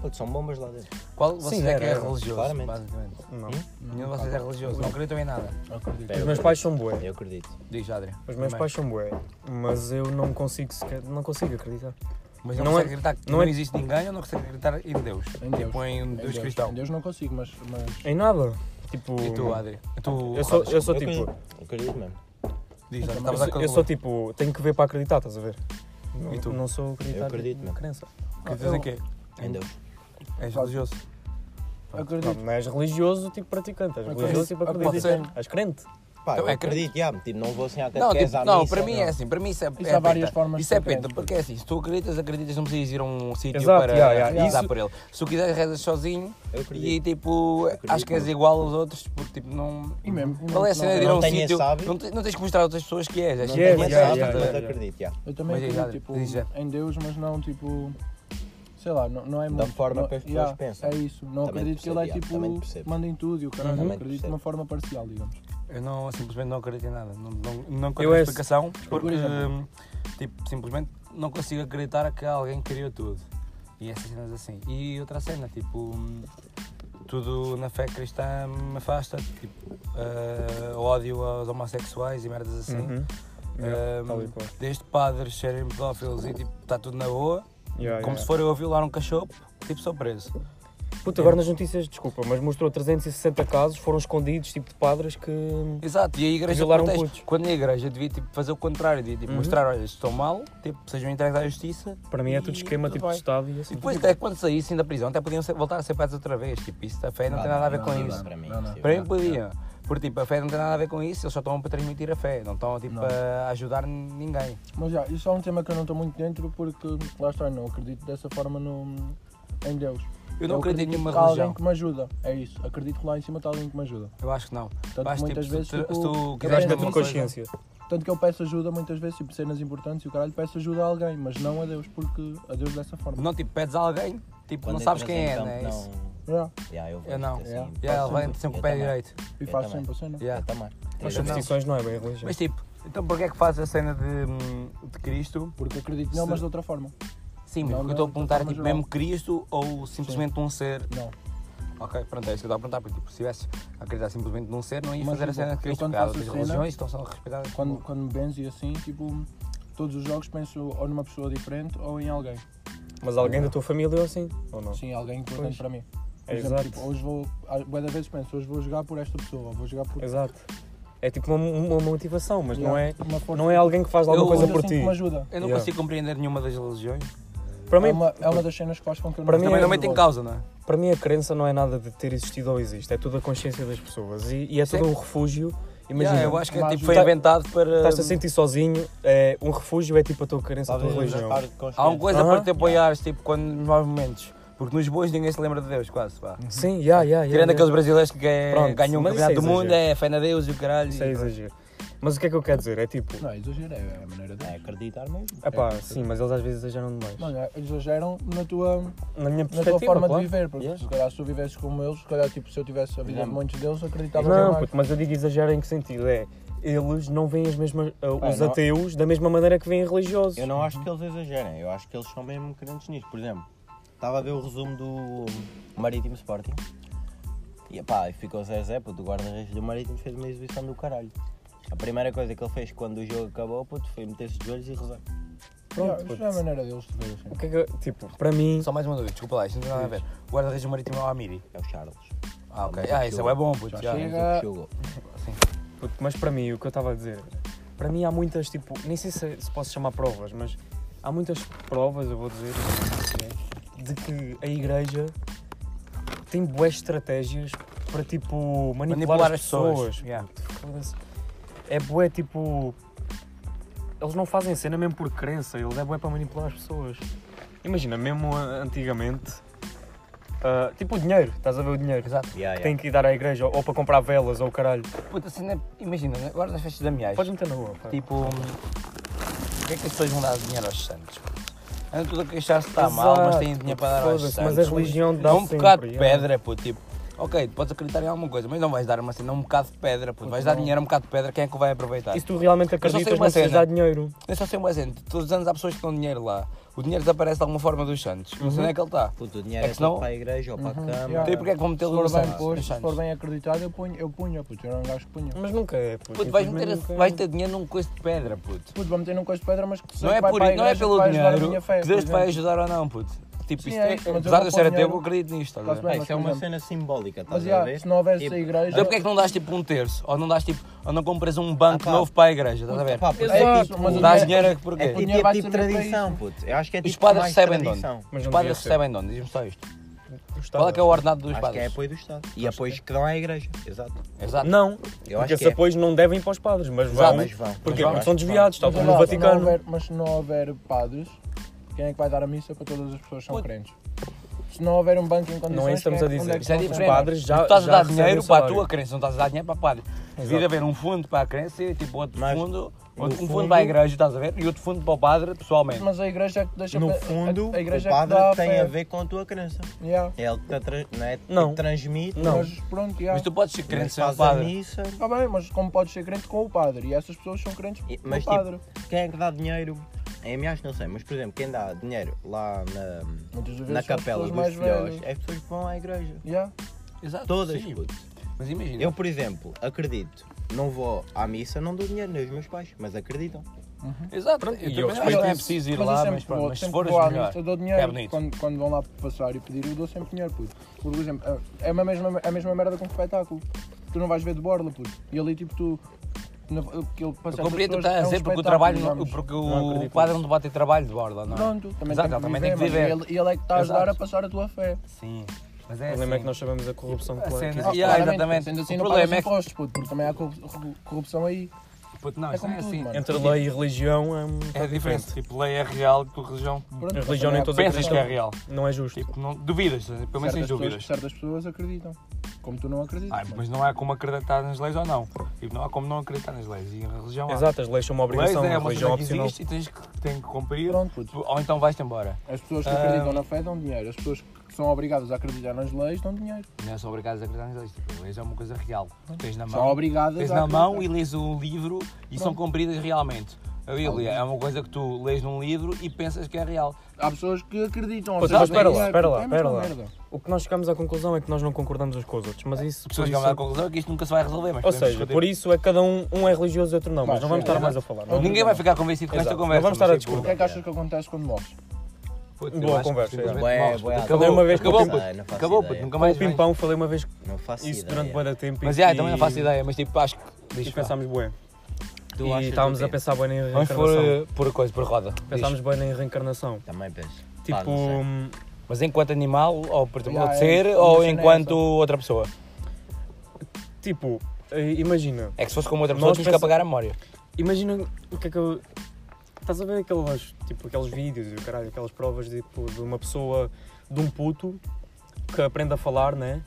putz, são bombas lá dentro. Qual você Sim, é era, que é era, religioso? claramente. Basicamente. Não. Nenhum de vocês é religioso, não acreditam em nada. Acredito. Os meus pais são bué. Eu acredito. Diz, Adriano. Os meus pais são bué. Mas eu não consigo sequer, não consigo acreditar. Mas não, Não consegue é- acreditar que não não, é- existe ninguém ou não consegue acreditar em Deus. Em Deus. Tipo em Em Deus, Deus, cristão. em Deus não consigo, mas. mas... Em nada. Tipo. E tu, Adri? Tu, Eu sou, Rodas? eu sou Eu tipo. acredito, eu acredito mesmo. Diz, Adri, Eu estavas a sou, eu sou tipo, tenho que ver para acreditar, estás a ver? Não, E tu? não sou acreditar Eu acredito na mesmo. crença. Acreditas em quê? Em Deus. És religioso. Não, É. Acredito. não és religioso, tipo praticante. És Acredito. religioso, tipo Pode acredito. Então, ser. És crente. Pá, Então, eu é acredito, yeah, tipo, não vou sem a Não, catequese, tipo, à não, missa, para mim não. é assim, para mim isso é, Isso é há várias penta. formas Isso é diferentes, penta, puto. porque é assim, se tu acreditas, acreditas, não precisas ir a um sítio Exato, para yeah, yeah. rezar Isso- por ele. Se tu quiseres, rezas sozinho Eu e acredito. tipo, acredito, acho que és mano. igual aos outros, porque tipo, não. E mesmo- e Qual é a mesmo cena não- de ir a não um tenho esse sítio? hábito. Não, te- não tens que mostrar a outras pessoas que és. é és Não tu. Yeah, tenho esse yeah, hábito, yeah, mas yeah. acredito, yeah. Eu também Mas diz, acredito Adri, tipo, diz já. em Deus, mas não tipo. Sei lá, não, não é muito. Da forma não- que as pessoas yeah, pensam. É isso. Não Também acredito que percebo, ele é yeah, também tipo. percebo. Manda em tudo e o caralho. Uhum. Também Acredito de percebo. uma forma parcial, digamos. Eu não, simplesmente não acredito em nada. Não, não, não Eu encontro é- explicação porque, exemplo. tipo, simplesmente não consigo acreditar que alguém criou tudo. E essas cenas assim. E outra cena, tipo, hum, tudo na fé cristã me afasta. Tipo, ah, ódio aos homossexuais e merdas assim. Uhum. Hum, Yeah, tal e qual. desde padres serem pedófilos e tipo, está tudo na boa. Yeah, como Ah, yeah. se for eu a violar um cachorro, tipo, sou preso. Puta, agora nas notícias, desculpa, mas mostrou 360 casos, foram escondidos, tipo de padres que. Exato, e a igreja Violaram protege. putos. Quando a igreja devia tipo, fazer o contrário, devia tipo, mostrar, olha, estou mal, tipo, sejam entregues à justiça. Para mim é tudo e esquema tudo tipo de bem. Estado e assim. E depois até quando saíssem da prisão até podiam ser- voltar a ser presos outra vez. Tipo, isso da fé não, tem nada a ver com não, isso. Para mim, Não, não. sim, Para mim não. podiam. Porque tipo, a fé não tem nada a ver com isso, eles só estão para transmitir a fé, não estão tipo, Não. a ajudar ninguém. Mas já, isso é um tema que eu não estou muito dentro porque lá está, não acredito dessa forma no, em Deus. Eu não acredito em nenhuma que há religião. alguém que me ajuda. É isso. Acredito que lá em cima está alguém que me ajuda. Eu acho que não. Tanto Mas, que muitas tipo, vezes. se tu- tipo, se tu eu quiseres peço- mesmo de é consciência. Tanto que eu peço ajuda muitas vezes, tipo cenas importantes e o caralho peço ajuda a alguém, mas não a Deus, porque a Deus dessa forma. Não, tipo, pedes a alguém, tipo, não sabes quem é, não é isso? Yeah. Yeah, eu vou Eu não. assim, Yeah. E ela Pode vai ser. sempre com Eu o pé também. direito. E Eu faço também. sempre a cena. Yeah. Eu também. As Não. superstições não é bem religião. Mas tipo, então porquê é que fazes a cena de, hum, de Cristo? Porque acredito nele, Se- mas de outra forma. Sim, mas o Não, que eu não, estou a de perguntar é forma tipo, geral. mesmo Cristo ou simplesmente um ser? Não. Ok, pronto, é isso que eu estava a perguntar, porque tipo, se tivesse a acreditar simplesmente num ser, não ia Mas, fazer a cena de tipo, eu Cristo, quando porque há faço a outras cena- religiões que estão só respeitadas. Quando, quando me benzo e assim, tipo, todos os jogos penso ou numa pessoa diferente ou em alguém. Mas alguém da tua família ou assim? Ou não? Sim, alguém importante Pois. para mim. Por É exemplo, exato. tipo, hoje vou. Boa vezes penso, hoje vou jogar por esta pessoa, ou vou jogar por. Exato. É tipo uma, uma motivação, mas não, é, Yeah, uma força. não é alguém que faz alguma Eu- coisa Mas por assim ti. que me ajuda. Eu não Yeah. consigo compreender nenhuma das religiões. Para É mim, uma, é uma das cenas que faz com que eu Para mim Também é não metem causa, não é? para mim a crença não é nada de ter existido ou existe, é tudo a consciência das pessoas e, e é Sim. todo um refúgio. Imagina, Yeah, eu acho que um- é, mas tipo, foi tá- inventado para. estás-te a sentir sozinho, é, um refúgio é tipo a tua crença, a tua religião. Há um- uma coisa para Aham. te apoiares, tipo, quando, nos maus momentos. Porque nos bons ninguém se lembra de Deus, quase, pá. Sim, yeah, yeah, yeah, Tirando yeah. aqueles brasileiros que é- Pronto, ganham o mas campeonato isso é do mundo, exagero. é fé na Deus e o caralho. Isso é e- exagero. Mas o que é que eu quero dizer? É tipo, Não, exagero, é a maneira É deles. acreditar mesmo. É, epá, sim, mas eles às vezes exageram demais. Mano, é- exageram na tua, Na minha na tua perspectiva, forma claro. de viver, porque Yeah. se calhar se tu vivesses como eles, se calhar tipo, se eu tivesse a vida de Não. muitos deles, acreditava Não, bem mais. puto, mas eu digo exagero em que sentido? É, eles não veem as mesmas, uh, Pá, os não- ateus da mesma maneira que veem religiosos. Eu não acho que eles exagerem, eu acho que eles são mesmo crentes nisto. Por exemplo, estava a ver o resumo do Marítimo Sporting e pá, e ficou 0-0, puto, o guarda-redes do Marítimo fez uma exibição do caralho. A primeira coisa que ele fez quando o jogo acabou, puto, foi meter-se de joelhos e rezar. Yeah, Pronto, isto não é a puto. maneira deles de ver assim. O que é que, eu- tipo, para mim, Só mais uma dúvida, desculpa lá, isto não tem nada a ver. O guarda-redes do marítimo é o Amiri. É o Charles. Ah, ok. Ah, isso é bom, puto. Já já. chega. É o que jogou. Puto, Mas para mim, o que eu estava a dizer, para mim há muitas, tipo, nem sei se, se posso chamar provas, mas há muitas provas, eu vou dizer, de que a igreja tem boas estratégias para, tipo, manipular, Manipular as as pessoas, pessoas. yeah. puto. Foda-se. É bué, tipo, eles não fazem cena mesmo por crença, eles é bué para manipular as pessoas. Imagina, mesmo ah, antigamente, ah, tipo o dinheiro, estás a ver o dinheiro. Exato. Yeah, Tem yeah. que ir dar à igreja, ou, ou para comprar velas, ou o caralho. Puta, assim, né? imagina, né? agora nas festas de Amiais, Podes meter na rua. pá. tipo, hum, porquê é que as pessoas vão dar dinheiro aos santos? puto? Andam tudo a queixar-se que está Exato, mal, mas têm dinheiro puto, para dar aos foda-se, santos. Mas a religião dá Dá um bocado de sempre, pedra, puto, tipo, ok, tu podes acreditar em alguma coisa, mas não vais dar uma cena, um bocado de pedra, puto. Vais dar dinheiro a um bocado de pedra, quem é que o vai aproveitar? E se tu realmente só sei acreditas, uma não precisas cena. dar dinheiro. Eu só sei um exemplo, todos os anos há pessoas que dão dinheiro lá. O dinheiro desaparece de alguma forma dos santos. Não sei onde é que ele está. Puto, o dinheiro É é, que tudo senão- para a igreja ou para a cama. Yeah. Então e porquê é que vão meter Se no for bem santos? Nos posto, se for santos? bem acreditado, eu punho, eu punha, puto, eu era um gajo que punha. Mas nunca é, puto. Puto, vais, meter, Simplesmente nunca é. vais ter dinheiro num coice de pedra, puto. Puto, vou meter num coice de pedra, mas que sei Não é, que vai por, para a isso- não é igreja, que pelo vai ajudar a dinheiro minha fé, que por Deus te vai exemplo. ajudar ou não, puto. Tipo, Sim, isto é é, isso, mas eu apesar de eu não posso ser dinheiro. ateu, eu acredito nisto. estás a Está-se ver? Pá, bem, mas, isso é por uma exemplo, cena simbólica, Mas estás a yeah, ver? se não houvesse Tipo, a igreja. Então porque é que não dás tipo um terço? Ou não dás tipo, ou não compras um banco Ah, pá. novo para a igreja, estás a ver? Pá, puto, Exato, é tipo, mas o Dás dinheiro- dinheiro a- porquê? É tipo, dinheiro vai é tipo servir para tradição, puto. Eu acho que é Os tipo padres mais recebem de onde? tradição. Mas Os não devia padres ser. recebem de onde? Diz-me só isto. Gostava. Qual é que é o ordenado dos Acho que é padres? apoio do Estado. E apoios que dão à igreja. Exato. Exato. Não, Eu porque acho esses que é. apoios não devem para os padres, mas Exato, vão. mas vão. Porquê? Mas Porque vão. são desviados, tal Mas como olha no lá, se não Vaticano. houver- mas se não houver padres, quem é que vai dar a missa para todas as pessoas que são Puto. crentes? Se não houver um banco em condições. Não é isso que quem estamos a que- onde dizer. que Isso é vão diferente. ser? padres já- tu estás já a dar recebem dinheiro o para a salário. tua crença, não estás a dar dinheiro para a padre. Devia haver um fundo para a crença e tipo outro Mas, fundo, no outro- um fundo fundo- para a igreja, estás a ver? E outro fundo para o padre, pessoalmente. Mas a igreja é que deixa. No a- a- fundo, a o igreja padre é que dá tem fé. a ver com a tua crença. Yeah. É ele que te tra- não é? Não. Te transmite. Não. Mas pronto, yeah. Mas tu podes ser Crente crente sem é o faz a padre. missa. Está bem, mas como podes ser crente com o padre? E essas pessoas são crentes E- com Mas o padre. tipo, quem é que dá dinheiro? Em Amiás não sei, mas por exemplo, quem dá dinheiro lá na, Muitas vezes na são capela pessoas dos mais filhos velhas. é as pessoas que vão à igreja. Yeah. Exato. Todas, sim. puto. Mas imagina. Eu, por exemplo, acredito. Não vou à missa, não dou dinheiro nem aos meus pais, mas acreditam. Exato. Eu e eu também acho que respeito não é isso. preciso ir Mas eu lá, sempre mas pronto, vou- mas se sempre fores vou à melhor. missa, eu dou É dinheiro. bonito. quando, quando vão lá passar e pedir, eu dou sempre dinheiro, puto. Por exemplo, é- é uma mesma, é a mesma merda com um espetáculo. Tu não vais ver de borla, puto. E ali, tipo, tu... Na, que ele Eu passa compreendo o que pessoas, estás a é um dizer, porque o espetáculo, trabalho, não- digamos. porque Não o acredito padre nisso. não bate trabalho de borda, não é? Pronto, também Exato, tem que também viver, tem que mano. viver. E ele, e ele é que está a Exato. ajudar a passar a tua fé. Sim. Mas O é problema é assim. que nós sabemos a corrupção A que que cena- é existe. Yeah, claramente, exatamente. Sendo assim, O não problema pagas é que- impostos, puto, porque também há corru- corrupção aí. Puto, não, É isso não como é tudo, assim. mano. Entre lei e religião é um É bocado diferente. Tipo, lei é real que a religião. Pronto, A religião nem também há toda Pensas que acreditam. é real. Não é justo. Tipo, não, duvidas, pelo menos tens certas pessoas, dúvidas. certas pessoas acreditam. Como tu não acreditas. Ai, mano. mas não há como acreditar nas leis ou não. Tipo, não há como não acreditar nas leis. E a religião há. Tipo, Exato, as leis são uma Leis obrigação, é a uma religião coisa é que opcional. existe e tens que, tens que cumprir. Pronto, puto. Ou então vais-te embora. As pessoas que Ah. acreditam na fé dão dinheiro. As pessoas que são obrigadas a acreditar nas leis dão dinheiro. Não são obrigados a acreditar nas leis. Tipo, as leis é uma coisa real. Tu tens na São mão, obrigadas tens a na acreditar. mão e lês um livro e são cumpridas realmente. A Bíblia é uma coisa que tu lês num livro e pensas que é real. Há pessoas que Puto, acreditam. há mas pessoas espera que lá, acreditam. espera lá, É a espera mesma lá. merda. O que nós chegamos à conclusão é que nós não concordamos uns com os outros, mas isso... por Pessoas isso- chegam à conclusão que isto nunca se vai resolver. Mas Ou podemos seja, discutir. por isso é que cada um, um é religioso e outro não, mas Pá, não vamos sim, estar é. mais a falar. Não? Ou- Ninguém vai ficar convencido com Exato. esta Não conversa. vamos estar a mas, tipo, O que é que achas que acontece quando morres? Puto, eu Boa acho que conversa, simplesmente morres, é. Boa, puto. boa. Acabou, Uma vez que eu acabou, tive- puto. Ah, não faço acabou, ideia. puto. Nunca Com o mais vens. Pimpão falei uma vez Não faço isso ideia. durante bué da tempo é. Mas e- já, também não faço e- ideia, mas tipo, acho que. E Diz, pensámos bué. Tu achas E o estávamos quê? a pensar bué em Vamos por, reencarnação. eh, por coisa, por roda. Pensámos bem na reencarnação. Também penso. Pá, Tipo, não sei. hum, Diz. Mas enquanto animal, ou por exemplo, Ya, outro é, ser, uma ou cena é enquanto essa. outra pessoa. tipo, eh, imagina, É que se fosse como outra pessoa, Nós tens que pensa- apagar a memória. imagina o que é que eu. Estás a ver aquelas, tipo, aqueles vídeos e o caralho, aquelas provas tipo, de uma pessoa, de um puto, que aprende a falar, né?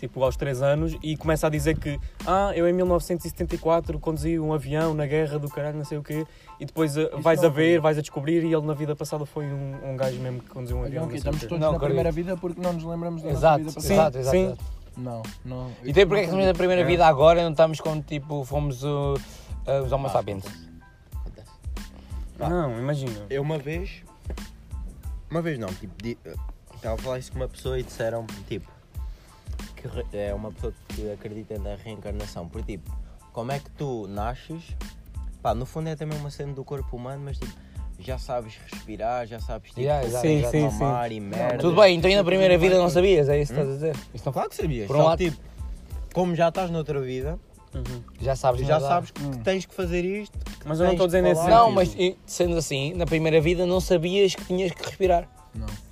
Tipo, aos 3 anos e começa a dizer que, ah, eu em 1974 conduzi um avião na guerra do caralho, não sei o quê, e depois eh, vais não a é ver, vais a descobrir, e ele na vida passada foi um, um gajo mesmo que conduziu um avião. Então, não ok, sei estamos o quê. todos Não, na acredito. primeira vida porque não nos lembramos da Exato, nossa vida Sim, passada. exato, exato, sim. exato. Não, não. E tem porque é que estamos na primeira É. vida agora e não estamos com tipo, fomos uh, uh, os Homo Ah, sapiens. acontece. Não, imagina. Eu uma vez. Uma vez não, tipo, di- estava a falar isso com uma pessoa e disseram tipo que re- é uma pessoa que acredita na reencarnação. Por tipo, como é que tu nasces? Pá, no fundo é também uma cena do corpo humano, mas tipo, já sabes respirar, já sabes tipo, Yeah, exato, Sim, exato. sim, sim. mamar e merda. Tudo bem, então e na primeira vida não sabias, é isso que estás a dizer? Isto não Claro que sabias, Por um só lado- que, tipo, como já estás noutra vida, Uhum. Já sabes, já nadar. sabes que tens que fazer isto. que Mas eu não tens estou a dizer que nesse falar. Não, mas e, sendo assim, na primeira vida não sabias que tinhas que respirar.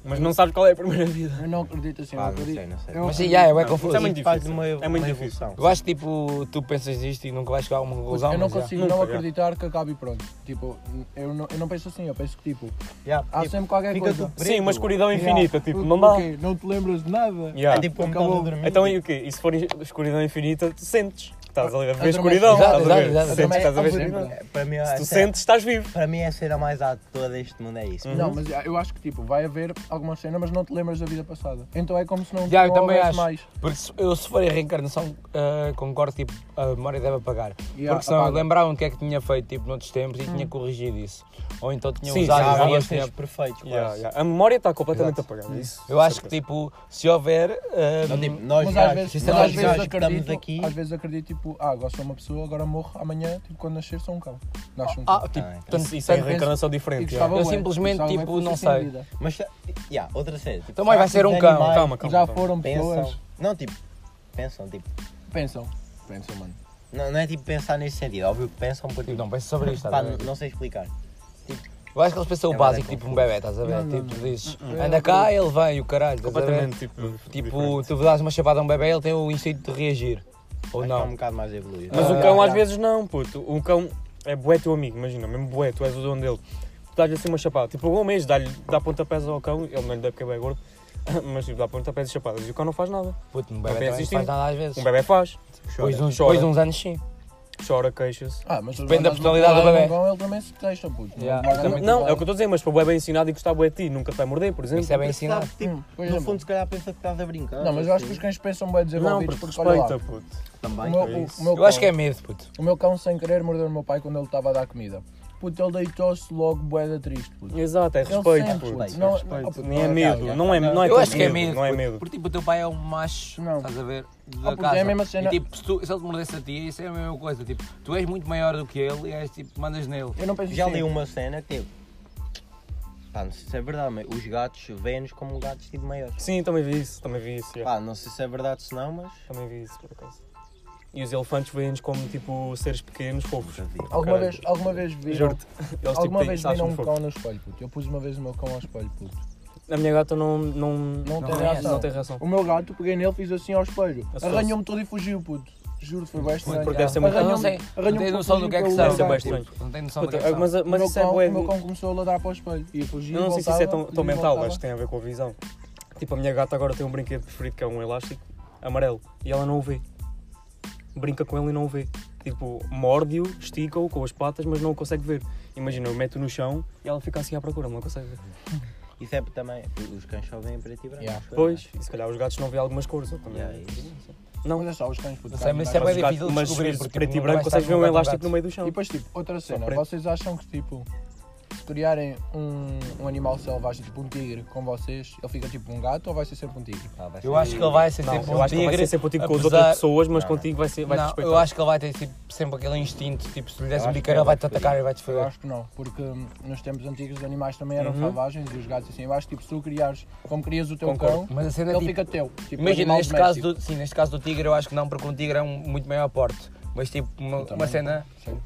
Mas não sabes qual é a primeira vida. Eu não acredito assim, eu Ah, não acredito. sei, não sei. Eu Mas sim, acredito- já, é bem Não, confuso. isso é muito faz difícil. uma- É muito uma difícil. evolução. Eu acho que tipo, tu pensas disto e nunca vais chegar a uma conclusão. eu não mas já. consigo Nunca, não já. acreditar que acabe e pronto. Tipo, eu não, eu não penso assim, eu penso que tipo, Yeah, há tipo, sempre qualquer fica coisa. tudo preto. Sim, uma escuridão Yeah. infinita, tipo, O- não o dá. quê? Não te lembras de nada. Yeah. É tipo como Acabou. estás a dormir. Então e o quê? E se for escuridão infinita, tu sentes. Estás ali a ver a Adormece. escuridão. Exato, estás a ver. exato, exato. Sentes, estás a ver a Adormece. escuridão. É, Para mim, Se tu essa- sentes, estás vivo. Para mim é a cena mais à toa deste mundo, é isso. Uhum. Não, mas eu acho que tipo, vai haver alguma cena, mas não te lembras da vida passada. Então é como se não, Já, eu não também houvesse acho. mais. Porque se, eu, se for a reencarnação, ah, concordo, tipo, a memória deve apagar. Yeah, Porque senão eu apaga. lembrava o que é que tinha feito, tipo, noutros tempos e tinha corrigido isso. Ou então tinha Sim, usado já, os Há agora dias, dias tinha... perfeitos, quase. Yeah, yeah. A memória está completamente Exato. apagada. Isso, é Eu acho que, certeza. tipo, se houver... ah, Não, tipo, nós Mas às gajos- vezes, nós mas às gajos vezes que estamos acredito, aqui. às vezes acredito, tipo, ah, agora sou uma pessoa, agora morro, amanhã, tipo, quando nascer sou um cão. Nasce um cão. ah, tipo, Ah, então. tanto- Isso, isso é tanto- reencarnação E diferente. gostava yeah. Eu bué, simplesmente, gostava bué tipo, que não fosse assim a sei. vida. Mas, tá, yeah, outra cena. Tipo, Também vai será ser que um os cão. animais Calma, calma. Já calma. foram pessoas. Pensam. Não, tipo, pensam, tipo. Pensam. Pensam, mano. Não, não é tipo pensar nesse sentido, óbvio que pensam por Tipo, tipo. não, pensa sobre isto, Pá, estás a não, ver? não sei explicar. Eu acho que eles pensam o É verdade, básico, é tipo um bebê, estás a ver? Não, não, Tipo, dizes, anda cá, ele vem, e o caralho, estás a ver? Completamente, tipo... Tipo, diferente. tu dás uma chapada a um bebê, ele tem o instinto de reagir. Ou Acho que é um não. bocado mais evoluído. Mas Ah, o cão já, às já. vezes não, puto. O cão é bué teu amigo, imagina, mesmo bué, tu és o dono dele. Tu dás-lhe assim uma chapada. Tipo, o mês dá-lhe, dá pontapés ao cão, ele não lhe dá porque é bem gordo, mas tipo, dá pontapés e chapadas. E o cão não faz nada. Puto, um Não bebê tem também não instinto. faz nada às vezes. Um bebê faz. Depois um, de uns- Chora. depois de uns anos, sim. Chora, queixa-se. Ah, mas Depende da mas personalidade do um bebé. cão, Ele também se deixa, puto. Yeah. Mas Também- muito Não, é bem. o que eu estou a dizer, mas para o bebê ensinado e gostar bué de ti, nunca te vai morder, por exemplo. Isso é bem ensinado. Sabe, tipo, Hum, pois é, no mano. fundo, se calhar pensa que estás a brincar. Não, mas eu acho que os cães pensam bem Não, desenvolvidos porque porque, olha lá, respeita, puto. o Também. meu, é o- isso. o meu Eu acho que é cão- medo, puto. O meu cão, sem querer, mordeu o meu pai quando ele estava a dar comida. Puto, ele deitou-se logo boeda triste, puto. Exato, é Ele respeito, sente, puto. puto. É Não- respeito. não, puto, Nem é não é- medo, não é não é Eu tanto acho que é medo. Não é puto. medo. Porque tipo, o teu pai é um macho, Não. estás a ver? Da Ah, puto, é a casa. mesma cena. E tipo, se, tu- se ele te mordesse a ti, isso é a mesma coisa. Tipo, tu és muito maior do que ele e és tipo, mandas nele. Eu não penso Já assim. um, li uma cena que tipo. Pá, não sei se é verdade, mas os gatos veem-nos como gatos tipo maiores. Sim, também vi isso, também vi isso. yeah. Pá, não sei se é verdade se não, mas. Também vi isso, por acaso. E os elefantes veem-nos como tipo seres pequenos, fofos. Nunca vi. Alguma Caralho. vez, alguma vez viram, Juro-te. Eles alguma tipo, vez têm, viram um acham fofo. cão no espelho, puto. Eu pus uma vez o meu cão ao espelho, puto. A minha gata não, não, Não tem reação. não tem reação. O meu gato, peguei nele, fiz assim ao espelho. Assustou-se. Arranhou-me todo e fugiu, puto. Juro, foi bem estranho. Porque deve ser muito Mas eu não Arranhou-me- sei, não arranhou-me tenho um noção do que é que são. pouquinho Isso é bem pelo estranho. tipo, Não tenho noção do que é Puta, que são. mas mas o isso meu é cão, bué- O meu cão começou a ladrar para o espelho. E fugiu. Eu não sei se isso é tão, tão mental, acho que mas. tem a ver com a visão. Tipo, a minha gata agora tem um brinquedo preferido que é um elástico amarelo e ela não o vê. Brinca com ele e não o vê. Tipo, morde-o, estica-o com as patas, mas não o consegue ver. Imagina, eu meto no chão e ela fica assim à procura, não consegue ver. Isso é também. Os cães só vêm em preto e branco. Yeah. acho eu, Pois, e se calhar os gatos não vê algumas cores. ou também. Yeah, isso. Não, Olha só, os cães, puto. Não sei, mas isso é mas bem os gatos- difícil de mas descobrir. se porque preto e não branco vais estar consegues ver com um gato elástico gato. no meio do E chão. depois, tipo, outra cena, preto. vocês acham que, tipo, se criarem um, um animal selvagem, tipo um tigre, com vocês, ele fica tipo um gato ou vai ser sempre um tigre? Ah, vai Eu ser acho que ele vai ser Não, sempre eu um acho que ele vai tigre. ser sempre contigo com as apesar- outras pessoas, mas Não, contigo vai ser vai Não, respeitar. eu acho que ele vai ter tipo, sempre aquele instinto, tipo, se lhe des Eu um acho biqueiro, que ele é, vai-te acho que atacar e vai-te Eu foder. acho que não, porque hum, nos tempos antigos os animais também eram Uhum. selvagens e os gatos assim. Eu acho que tipo, se tu criares, como crias o teu Concordo. cão, Mas a cena é ele tipo, fica teu. Tipo, Imagina, animal neste caso, doméstico. do, sim, neste caso do tigre eu acho que não, porque um tigre é um muito maior porte. Mas tipo, uma, Eu também uma cena... Sério?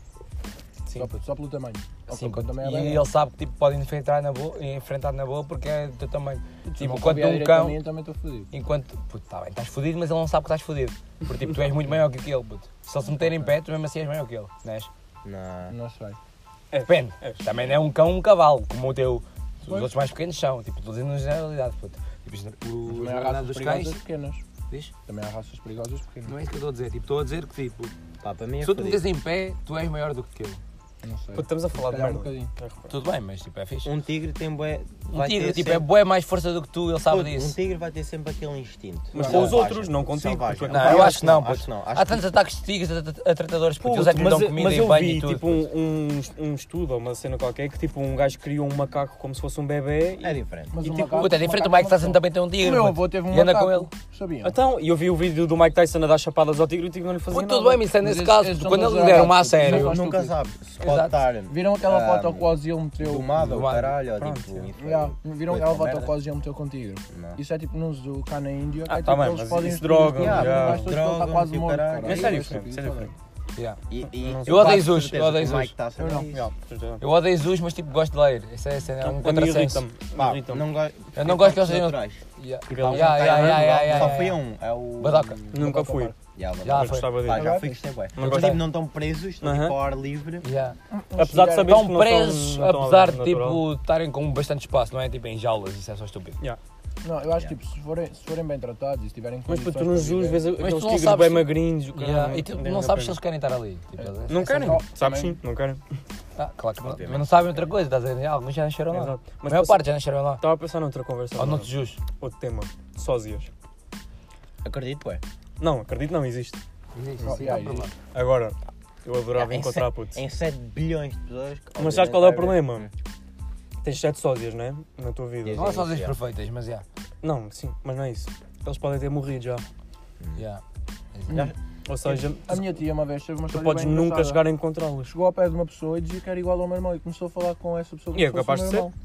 Sim. Só, só pelo tamanho. Sim, Ok, quando também é e bem ele sabe que tipo, pode enfrentar na boa, enfrentar na boa porque é do teu tamanho. grande. Se tipo, não quando couber um direito cão- a mim, eu também estou fodido. Enquanto, puto, tá bem, estás fodido, mas ele não sabe que estás fodido. Porque tipo, tu és muito maior que ele, puto. Se ele se meter em pé, tu mesmo assim és maior que ele, não és? Não. Não sei. Depende. Também não é um cão um cavalo, como o teu. Os Pois. outros mais pequenos são, tipo, estou dizendo na generalidade, puto. Tipo, os Também há generalidade raças dos cães, perigosas pequenas. diz? Também há raças perigosas pequenas. Não é isso que eu estou a dizer, tipo, estou a dizer que tipo, Pá, para mim é se tu te fodido. metes em pé, tu és maior do que ele. Não sei. Puto, Estamos a falar de Calhar um merda. bocadinho. Tudo bem, mas tipo, é fixe. Um tigre tem bué. Um vai tigre, ter tipo, é sempre- bué mais força do que tu, ele sabe Puto, Um disso. tigre vai ter sempre aquele instinto. Mas Selvagem. com os outros, não contigo, Selvagem. porque- Não, Pá, eu acho que não, Acho puto. que não. Há Acho que tantos ataques de tigres a, a- a tratadores, porque Puto, eles é que lhe mas, dão eu- comida mas e eu banho vi e tudo. tipo um, um, um estudo ou uma cena qualquer que tipo um gajo criou um macaco como se fosse um tá- bebê e- é diferente. Mas E o tipo, macaco- Puta, é o diferente, o macaco Mike Tyson não- também tem um tigre. O meu puto. avô teve um E anda macaco. com ele. Sabiam? Então, e eu vi o vídeo do Mike Tyson a dar chapadas ao tigre e o tigre não lhe fazia Puto, nada. tudo bem, mas isso é Mas nesse esses- caso, esses puto, são quando todos eles lhe deram errados, uma a puto. sério. Não, Nunca estúpido. sabe. Se pode Exato. estar. Viram aquela ah, foto que o Ozil meteu? Tomado, Tomado. caralho, ou Pronto, tipo. yeah. inferno. Yeah, Puto, Viram aquela é foto merda. Ah. que o Ozil meteu contigo? Não. Isso é tipo nos do cá na Índia. Ah, é, tá tipo, bem, eles mas podem isso os tiros droga, de arma, yeah. mas depois ele tá Droga, quase tipo, morto. caralho. caralho. É sério, Isso isso é estúpido, diferente. Yeah. E- e- Não eu sei. Eu odeio quase Zeus, certeza eu odeio que o Zeus. Mike Tyson Eu não. é isso. Yeah, tens razão. Eu odeio Zeus, mas tipo, gosto de ler. Isso é, isso é um A mim contrassenso. irrita-me. Pá, irrita-me. não gosto- então. Eu não gosto que eles Fiquei sejam- atrás. Yeah. Porque ele Yeah, Tá yeah, errado, yeah, não. yeah, yeah, Só yeah. foi um. É o. Badoca. Nunca fui. Yeah, Badoca. Já Mas foi. gostava Pá, dele. já fui, isto é bué. Não Eles gostei. tipo, não estão presos, estão Aham. tipo ao ar livre. Yeah. Apesar de saberes que Estão não estão- presos, não estão ao apesar de natural. tipo, estarem com bastante espaço, não é? Tipo, em jaulas, isso é só estúpido. Não, eu acho tipo, se forem, se forem bem tratados e se tiverem é- Mas puto, tu não condições para julgas, viver- vês aqueles tu não tigres sabes- bem magrinhos. o Yeah, caralho, E tu nem é não vale a sabes se pena. eles querem estar ali. tipo, estás a ver? Não Essa querem, é sabes sim, não querem. só- Ah, claro que não. Mas não sabem outra coisa, estás a ver? Alguns já nasceram lá. Exato. Mas Mas a maior passa- parte já nasceram lá. Estava a pensar noutra conversa. Ou não agora. te jus. Outro tema. Sósias. Acredito, ué. Não, acredito não existe. Oh, yeah, é yeah. Agora, eu adorava É, Em encontrar sete- putos. Em 7 bilhões de pessoas. que, Mas sabes qual é o obviamente, problema? Tens sete sósias, não é? Na tua vida. Yeah. Não são as Yeah. perfeitas, mas já. Não, sim, mas não é isso. Eles podem ter morrido já. Yeah. Ou seja, Hum. Tipo, Tipo, A minha tia uma vez teve uma tu história podes bem nunca engraçada. chegar a encontrá-los. Chegou ao pé de uma pessoa e dizia que era igual ao meu irmão e começou a falar com essa pessoa E é como se capaz fosse de o meu irmão.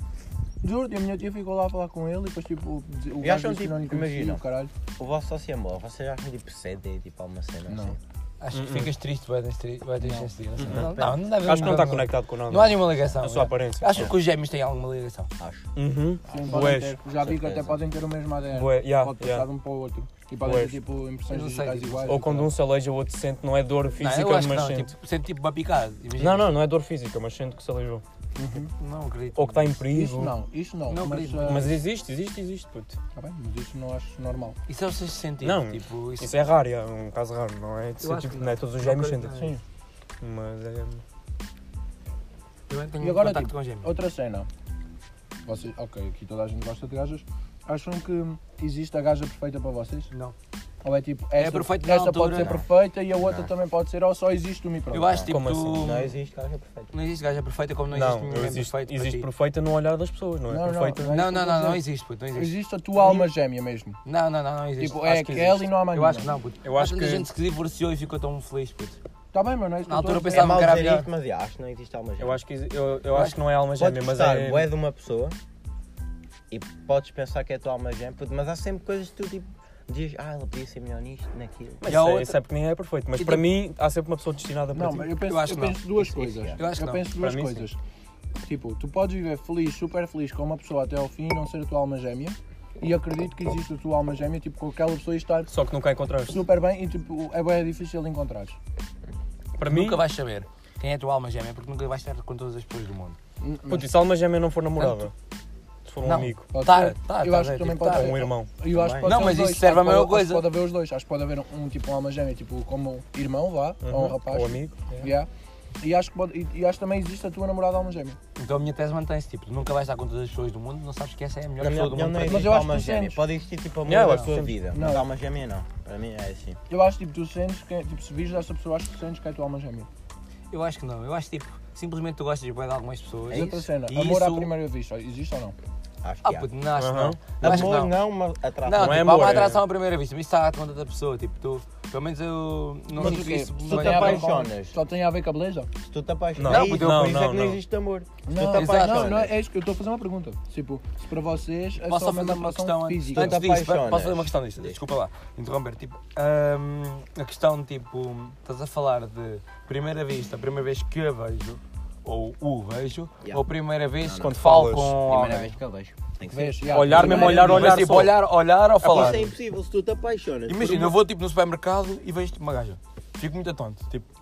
Juro, e a minha tia ficou lá a falar com ele e depois tipo, o- o E acham, gajo disse que não lhe tipo, conhecia, imagina. o caralho. O vosso sócio é mau, vocês acham tipo 7 é tipo alguma cena Não. assim. Acho que Uhum. ficas triste, vai ter triste Não. nesse dia. não sei. Não, não, não deve Acho que não está não- conectado com nada. Não há nenhuma ligação. A sua yeah. aparência. Acho que os gêmeos têm alguma ligação. Acho. Uhum. Sim, podem Boés. ter. Já vi que até Certeza. podem ter o mesmo É. ADN. Bué, yeah, Pode passar yeah. de um para o outro. E podem Bué. ter tipo impressões Eu não sei, digitais tipo, iguais. Ah, Ou quando um se aleija, o outro sente, não é dor física, não, eu acho que mas não. sente. Tipo, sente tipo uma picada. imagina. Não, não, não é dor física, mas sente que se aleijou. Não acredito. Ou que tá- está em perigo. Uhum. Isso não, isso não. Não mas, acredito. ah, é Mas existe, existe, existe, puto. tá bem, mas isso não acho normal. Isso é o sexto sentido. Não, tipo, isso, Isso é raro, é um caso raro, não é? Eu acho Tipo, que não é todos os gêmeos Não, sentem. não. Sim. Mas é. Eu não tenho E agora, contacto tipo, com gêmeos. Outra cena. Vocês, ok, aqui toda a gente gosta de gajas. Acham que existe a gaja perfeita para vocês? Não. Ou é tipo, É esta, perfeito na esta altura. pode ser Não. perfeita e a outra Não. também pode ser, ou só existe uma e pronto. Eu acho tipo. Como tu- assim? Não existe, gajo é perfeito. Não existe gaja perfeita como não existe Não, ninguém existe, perfeito. para existe ti. perfeita no olhar das pessoas, não é? Não, não, perfeita. não é Não, não, não, não Existe. existe, puto. Não existe. Existe a tua alma gêmea mesmo. Não, não, não, não existe. Tipo, Acho é que aquela existe. e não há mais Eu acho que não, puto. Eu acho Há tanta que- gente que se divorciou e ficou tão feliz, puto. Está bem, mas não é isso Na que eu altura estou a pensava É mal que era dizer um melhor. isto, mas yeah, acho que não existe alma gêmea. Eu acho que exi- eu, eu acho que não é alma Podes gêmea, mas gostar é. bué de uma pessoa e podes pensar que é a tua alma gêmea, puto, mas há sempre coisas que tu tipo dizes, ah, ela podia ser melhor nisto, naquilo. Mas E há isso, é, outra- isso é porque nem é perfeito. Mas E para tipo- mim há sempre uma pessoa destinada dizer. para Não, ti. mas eu penso, Eu acho eu que não. penso duas Isso, isso, coisas. yeah. Eu acho que não. penso duas Para mim, coisas. Tipo, tu podes viver feliz, super feliz com uma pessoa até ao fim e não ser a tua alma gêmea. E acredito que existe a tua alma gêmea, tipo, com aquela pessoa e estar Só que nunca encontraste. super bem e, tipo, é bem difícil de encontrares. Para mim, Nunca vais saber quem é a tua alma gêmea porque nunca vais estar com todas as pessoas do mundo. puto, e se a alma gêmea não for namorada? Se for um Não. amigo, Pode Tá, ser. tá, Eu tá, acho que é, também tipo, pode tá, ser. um irmão. Eu acho que pode Não, ser mas os isso dois. serve a mesma Acho que pode- acho que coisa. Pode haver os dois. Acho que pode haver um tipo um alma gêmea, tipo como um irmão, vá, ou um Uhum. rapaz. Ou amigo. Yeah. E, acho que pode- e, e acho que também existe a tua namorada alma gêmea. Então a minha tese mantém-se, tipo, tu nunca vais estar com todas as pessoas do mundo, não sabes que essa é a melhor Na minha pessoa do opinião, mundo não para ti. existe eu acho que alma tu gêmea. sentes. Pode existir tipo amor Yeah, eu da acho que tua tu vida, Não. mas alma gêmea não. Para mim é assim. Eu acho tipo, tu sentes que é- tipo, se vires esta pessoa, acho que tu sentes que é a tua alma gêmea. Eu acho que não, eu acho tipo, simplesmente tu gostas bué de algumas pessoas. É outra cena. E Amor à isso- primeira vista, existe ou não? Acho Ah, que há. puto, não acho que Aham. não. Eu acho que Amor não. não, mas Não, atração. Não é tipo, há amor, uma é- atração à primeira vista, mas isso está à conta da pessoa, tipo, tu, pelo menos eu não Mas sinto o isso. quê? é Se tu bem- te tem a ver com- apaixonas. Só tem a ver com a beleza? Se tu te apaixonas, Não, é não, isso, por isso é não, que não não. existe amor. Se tu Não, te exato. não, apaixonas, não é isso que eu estou a fazer uma pergunta. Tipo, se para vocês é Posso só só uma fazer uma questão atração antes, física. antes disso? Apaixonas. Posso fazer uma questão disto? Desculpa lá, interromper. Tipo, hum, a questão, tipo, estás a falar de primeira vista, a primeira vez que a vejo, ou o vejo, Yeah. ou primeira vez não. quando falo Falas. com um primeira alguém. vez que eu vejo. Tem que ser. Vês? Yeah, Olhar mesmo, primeira olhar, vez. Mas, tipo, olhar, olhar ou falar. Isso é impossível se tu te apaixonas. Imagina, eu vou tipo no supermercado e vejo tipo uma gaja. Fico muito atonto. Tipo,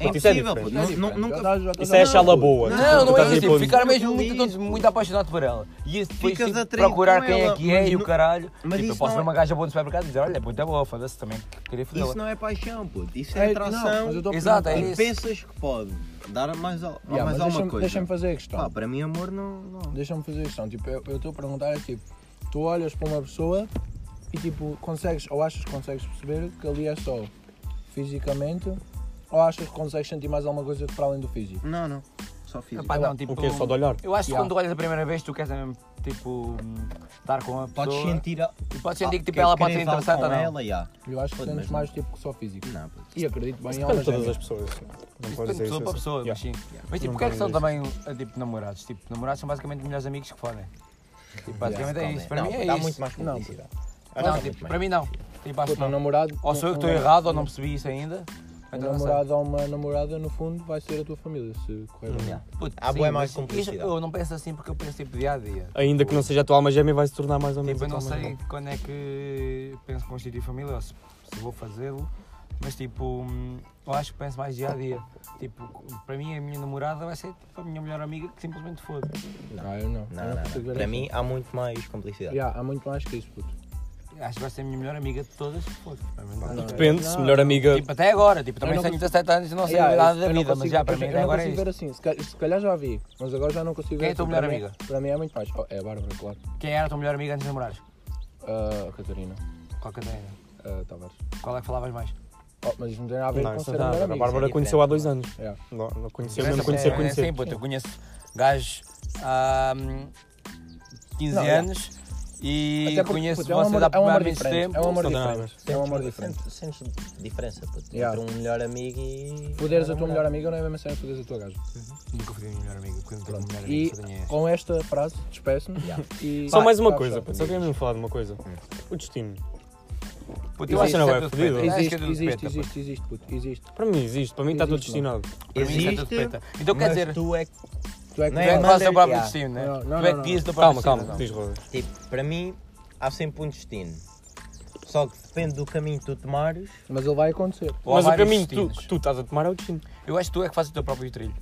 É impossível, puto. Não, Nu- nu- Nunca. Já- já- já- Isso é achá la boa. não, Tu não, estás é aí isso. Tipo, pondo- ficar mesmo Eu muito, li atonto, isso. muito apaixonado por ela. E esse depois Ficas tipo, atraído procurar com quem é ela, que mas é e o não- caralho. mas tipo, eu isso posso não ver é- uma gaja boa no supermercado e dizer, olha, é muito boa, foda-se também, queria Isso fodê-la. não é paixão, puto. Isso É, é não, atração. mas eu estou a Exato, é perguntar. isso. E pensas que pode dar mais, al mais Yeah, Ah, mas alguma deixa-me- coisa. Deixa-me fazer a questão. Pá, para mim, amor não. não. Deixa-me fazer a questão. Tipo, eu eu estou a perguntar é tipo, tu olhas para uma pessoa e tipo, consegues, ou achas que consegues perceber que ali é só fisicamente, ou achas que consegues sentir mais alguma coisa para além do físico? Não, não. é Só físico. Epá, não, tipo, O quê? Só de olhar? Eu acho que Yeah. quando tu olhas a primeira vez, tu queres é mesmo, tipo, hum, estar com a pessoa. Podes sentir. a- E podes sentir que tipo, Ah, ela pode queres ser algo interessante com ou não. Ela, já. Eu acho que Pode sentes mesmo. mais tipo que só físico. Não, puto. E acredito bem em Depende alma de todas gêmea. as pessoas. Não, não Isso podes depende de dizer pessoa isso. para pessoa, mas Yeah. sim. Mas tipo, Não porque é que são vou também eh, tipo, namorados? Tipo, namorados são basicamente melhores amigos que fodem. Tipo, basicamente é isso. Para não, mim é dá isso. muito mais Não, complicidade. Não, tipo, para mim não. Tipo, acho que Puto, um não. namorado. Ou sou eu que estou errado ou não percebi isso ainda. Um Então não sei. namorado ou uma namorada, no fundo, vai ser a tua família, se correr bem. Yeah. Puto, Há Ah, sim, bué mas mais isso- complicidade. isso Eu não penso assim porque eu penso tipo dia a dia. Ainda que não seja a tua alma gêmea, vai se tornar mais ou menos. Tipo, eu a não tua alma sei gêmea. quando é que penso constituir família ou se, se vou fazê-lo, mas tipo, hum, eu acho que penso mais dia a dia. Tipo, para mim a minha namorada vai ser tipo, a minha melhor amiga que simplesmente foda. Ah, eu não. Não, Eu não, não. consigo ver Para assim. mim há muito mais complicidade. Yeah, há muito mais que isso, puto. Acho que vai ser a minha melhor amiga de todas que foda. Para mim, não. Depende, se melhor amiga. Tipo, até agora, tipo, também É não tenho consigo- 17 anos e não sei Yeah, nada eu- da eu não vida, mas consigo- já para eu mim não agora é consigo ver isso. assim. Se calhar, se calhar já vi, mas agora já não consigo ver Quem é a tua assim. melhor Para mim- amiga? Para mim é muito mais. Oh, é a Bárbara, claro. Quem era a tua melhor amiga antes de namorares? Ah, a Catarina Qual que eu tenho? ah, Tavares. né? Qual é que falavas mais? Oh, mas isso não tem nada a ver Não, com isso ser não tem nada. melhor A amigo. Bárbara é conheceu há dois anos. É. Não, não conheceu Essa mesmo, conhecer, é- É conhecer. assim, puto, eu conheço gajos há hum, 15 Não, é. anos e Até porque, conheço puto, é um vocês amor- há é um amor há muito diferente, tempo. é um amor Não tem nada a diferente. É um amor diferente. Sentes diferença, puto. Yeah. Entre um melhor amigo e. um Foderes a tua melhor amiga não é a mesma cena que foderes a tua gaja. Nunca fui a minha melhor amiga, porque não tenho uma melhor E amiga, só tenho esta. com esta frase, despeço-me. e- Só Vai, mais uma tá, coisa, fechado. puto, só queria mesmo falar de uma coisa. O destino. Puto, eu acho que não é tudo fodido. peta. Eu acho que Existe, é tudo existe, peta, puto. existe, existe, puto, existe. Para mim existe, para mim está tudo Existe, não. destinado. Para mim isso é tudo Existe, peta. Então quer Mas dizer, tu tu é que Tu é que Não é é que vais- fazes o teu Mas- próprio yeah. destino, né? Não, não, Tu é não, que não. guias o teu próprio Calma, destino. calma, não. diz Rodas. Tipo, para mim, há sempre um destino. Só que depende do caminho que tu tomares. Mas ele vai acontecer. Ou há Mas o vários caminho que tu, destinos. que tu estás a tomar é o destino. Eu acho que tu é que fazes o teu próprio trilho.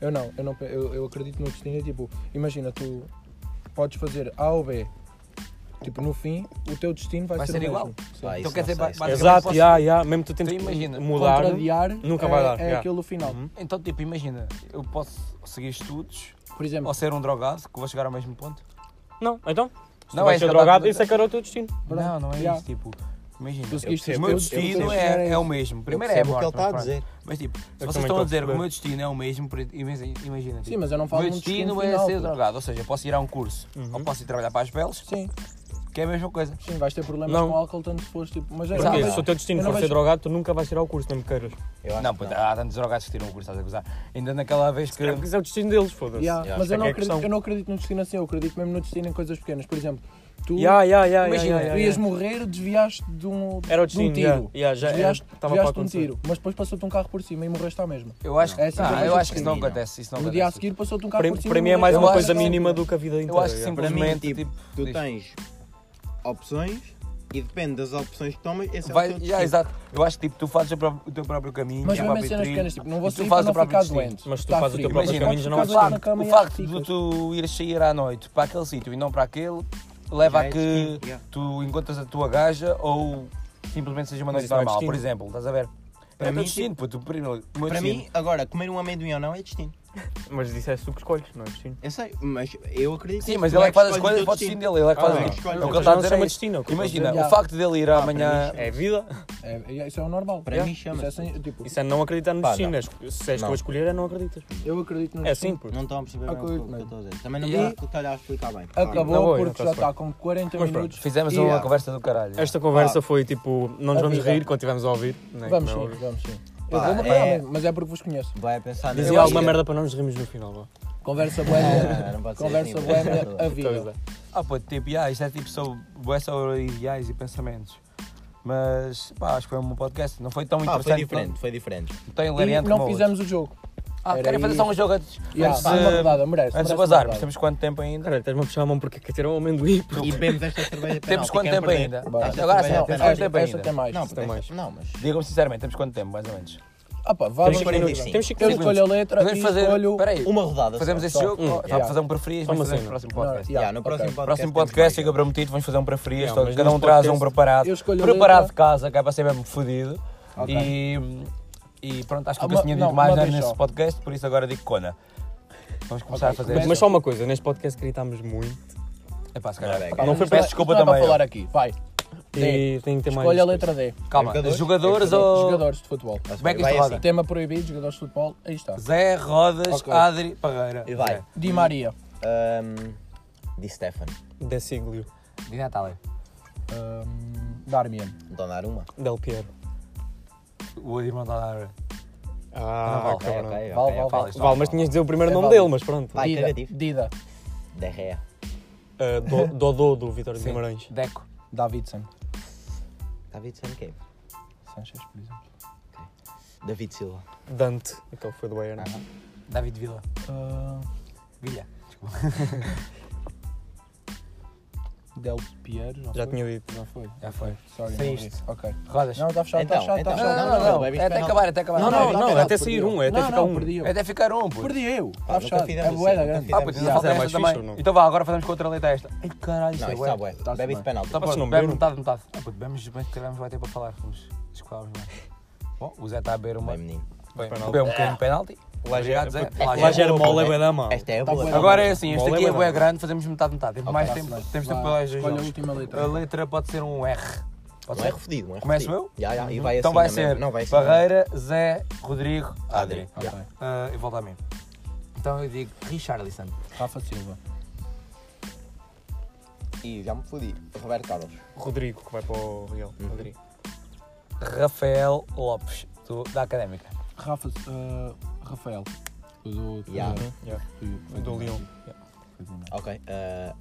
Eu não, eu, não pe- eu, eu acredito no destino. é Tipo, imagina, tu podes fazer A ou B. Tipo, no fim, o teu destino vai, Vai ser o igual. mesmo. Sim. Pá, Então isso quer não dizer, sei, ba- isso basicamente Exato, posso- já, já. Mesmo tu tentes Então imagina, mudar. Contrariar Nunca é, vai dar, é yeah. Uhum. aquilo final. Então, tipo, imagina, eu posso seguir estudos Por exemplo, ou ser um drogado, que vou chegar ao mesmo ponto. Não, então? Se Não, não, é vais isso ser que eu drogado, tava- isso é que era o teu destino. Não, não é Yeah. isso, tipo, imagina. tu seguiste O os meu teus- destino os teus é, destinos. é o mesmo. Primeiro é a percebo o morte. que ele tá está a mas dizer. pronto. Mas tipo, se também vocês estão estou a a dizer que o perceber. meu destino é o mesmo, por- imagina. imagina, tipo, Sim, mas eu não O falo meu de um destino destino é final, ser puto. drogado, ou seja, posso ir a um curso ou posso ir trabalhar para as peles, Sim, que é a mesma coisa. sim, vais ter problemas Não. com álcool tanto se fores tipo. Mas é Exato. Porque Não, se o teu destino eu não for ser vejo- drogado, tu nunca vais tirar o curso, nem me queiras. Eu acho Não, que puta, há tantos drogados que tiram o curso, estás a gozar. Ainda naquela vez que. É porque isso é o destino deles, foda-se. Yeah, Yeah, mas acho eu que não, é acredito, questão. eu não acredito no destino assim, eu acredito mesmo no destino em coisas pequenas. Por exemplo, Tu, Ya, ya, ya, ya, imagina, ya, ya, tu ya. ias morrer, desviaste de um, Era o de um destino. tiro. ya, ya, já era- desviaste tava desviaste de para um acontecer. tiro, mas depois passou-te um carro por cima e morreste à mesma. Eu acho, que- É assim que ah, eu eu vejo acho que isso não discriminam. acontece. Isso não no dia a acontece. seguir passou-te um carro Para, por cima. para e mim é mais morreste Eu uma à acho coisa que- mesma. mínima do que a vida inteira. Eu acho que ya. Para mim, simplesmente tipo, tipo, Tu diz- tens opções e depende das opções que tomas, esse vai- é o teu já, destino. exato. Eu acho que tipo, tu fazes o, próprio- o teu próprio caminho. Mas a mesmo em própria cenas trilha, pequenas, tipo, não vou e tu sair para fazes não o próprio ficar destino. doente. Mas tu Tá fazes o teu frio, próprio mas caminho, tu já não O ficas vais lá na facto, cama o e é assim, facto ficas. de tu ires sair à noite para aquele sítio e não para aquele, leva Já a é que destino, yeah. tu encontras a tua gaja ou simplesmente seja uma Mas noite isso não é normal, destino. por exemplo, estás a ver? Para Para mim, mim, destino, puto, para mim, Para mim, agora, comer um amendoim ou não é destino. Mas disseste tu que escolhes, não é destino. Eu sei, mas eu acredito. Sim, que mas tu ele é que faz escolhes as coisas o teu para o destino dele, ele é que Ah, faz não. as coisas. O Não, que não ele está a se dizer é chama isso. destino, é o que eu estou a Imagina, dizer. o facto dele ir amanhã. É vida. É, é- isso é o normal. Para mim chama-se. Isso é sem- tipo, Isso é não acreditar no Pá, destino. é esco- Se és tu a Não. escolher, é não acreditas. Eu acredito no É assim, pô. Não estão a perceber bem o Acredito que- o que eu mesmo. estou a dizer. Também não E- yeah. estou a explicar bem. Acabou Na boa, não porque já está-se está com 40 Mas pronto, minutos. Fizemos Yeah. uma conversa do caralho. Esta conversa foi tipo, não nos A vamos vida. rir quando estivermos a ouvir. né? Vamos Não. sim, vamos sim. Eu Pá, vou na é- praia mesmo, mas é porque vos conheço. Vai pensar É, Eu Dizia acho alguma que- merda para não nos rirmos no final. vá. Conversa boa, não pode ser conversa assim, boa pode ser. a Então, vida. Zé. Ah, pô, tipo, yeah, isto é tipo sobre, bué sobre ideais e pensamentos. Mas, pá, acho que foi um podcast. Não foi tão Ah, interessante. foi diferente, foi diferente. Não tão E hilariante não como fizemos o jogo. hoje. Ah, era querem fazer só um isso. jogo antes, Yeah, antes pá, uma de, rodada, merece. antes de merece uma bazarmos. rodada. Temos quanto tempo ainda? Caralho, estás-me a puxar a mão porque tiraram um amendoim. pô. E bebemos esta cerveja Temos penalti, quanto quem tempo perder- ainda? Esta Agora cerveja sim, é Não, temos penalti. quanto tempo esta, esta ainda? tem mais. Não, tem esta- mais. não, mas. Digam-me sinceramente, temos quanto tempo, mais ou menos? Ah pá, vá, Temos vamos- 40 minutos. Temos 5 Eu minutos. escolho a letra Podemos e fazer. escolho... Peraí, Uma rodada. fazemos só. este só. jogo? Hum, Ou- Dá yeah. para fazer um para frias, Só mas uma fazemos no cena. próximo podcast. Yeah, Yeah, no próximo ok. podcast. Próximo temos podcast mais. fica prometido, vamos fazer um para frias, Yeah, todos- mas cada um neste traz um podcast- preparado. Eu escolho a Preparado de letra. casa, que é para ser mesmo fodido. Ok. E, e pronto, acho que Ah, nunca se uma- tinha não, dito mais uma né, vez nesse só. podcast, por isso agora digo cona. Vamos começar a fazer. Mas só uma coisa, neste podcast gritámos muito. Epá, se calhar- Não, Não Pá, foi vamos peço lá, desculpa isto não é também. para falar aqui, vai. E tem que ter mais. Escolha a letra D. Calma, É jogadores, jogadores? ou. Jogadores de futebol. Como é que Vai isto assim. roda? Tema proibido, jogadores de futebol, aí está. Zé, Rodas, Ok. Adri, Parreira. E vai. Zé. Di Maria. Ahm, Di Stefano. Deciglio. Di Natale. Ahm, Darmian. Donnarumma. Del Piero. O irmão da Laura. Ah, Não, ok, não. ok, Val, ok, Val, Val. ok. Val, mas tinhas de dizer o primeiro É nome válido. dele, mas pronto. Vai, Dida. negativo. Dida. De Rea. Ah, Do- Dodô do Vitor de Guimarães. Deco. Davidson. Tá David Sanqueb. Sanchez, por exemplo. David Silva. Dante, aquele que foi do Bayern. David Villa. Ah, Villa. Del Piero, Já já, foi? tinha dito. Já foi. Já foi. Sorry, Sim, não isto. vi. Ok. Rodas. Não, está fechado, está Então, fechado, então. está não, fechado. não, não, não, não, é É até penalti. acabar, até acabar. Não, Não, não, não, não, não, até sair perdi. um, é até Não, ficar não, um. perdi eu. É até ficar um, pô. Perdi eu. Pá, Está nunca fechado. fizemos É assim, boa, nunca grande. Ah, pois fizemos ainda Yeah. falta esta Mas é mais também. fixe ou não? Então vá, agora fazemos com outra letra esta. Ai caralho, Não, isso isso é está bué. bué. Tá-se Bebe bem. de penalti. Tá Vocês bom, não bebe beberam? metade, metade. Ah, puto, bebemos, bem que calhar vai ter para falar, fomos escolarmos mais. Bom, o Zé está a beber uma. Bem, Bem, menino. penalti. bebeu um bocadinho de penalti. Obrigado, Zé. Lá Ah, já. Lager mole é bué da mal. Esta é a Tá boa. bué. Agora é assim, este Bola é aqui é bué bué da grande, fazemos metade, metade. Temos mais tá-se tempo, bem. temos tempo Vai, para os dois escolhe a jogos. última A letra. letra pode ser um R. Pode Não é ser? refedido, não é Começo refedido. eu? Já, já, e vai assim Então vai na mesma. ser Não, vai assim na Barreira, Zé, Rodrigo, Adri. Adri. Ok. Ah, e volta a mim. Então eu digo Richarlison. Rafa Silva. mesma. E já me fodi. Roberto Carlos. Rodrigo, que vai para o Real. Uhum. Madrid. Rafael Lopes, do- da Académica. Rafa... ah, Rafael. O do... do- Yeah. do- Yeah. do- Do Lyon. do- do- Ok. eh,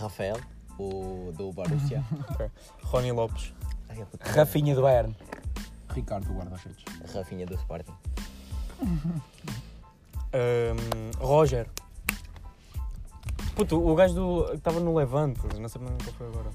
Rafael, o do Borussia. Ok. Rony Lopes. Ai, a puta. Rafinha do Bayern. Ricardo Guarda-Redes. Rafinha do Sporting. Ahm, Ehm, Roger. Puto, o gajo do. que estava no Levante, não sei bem qual foi agora.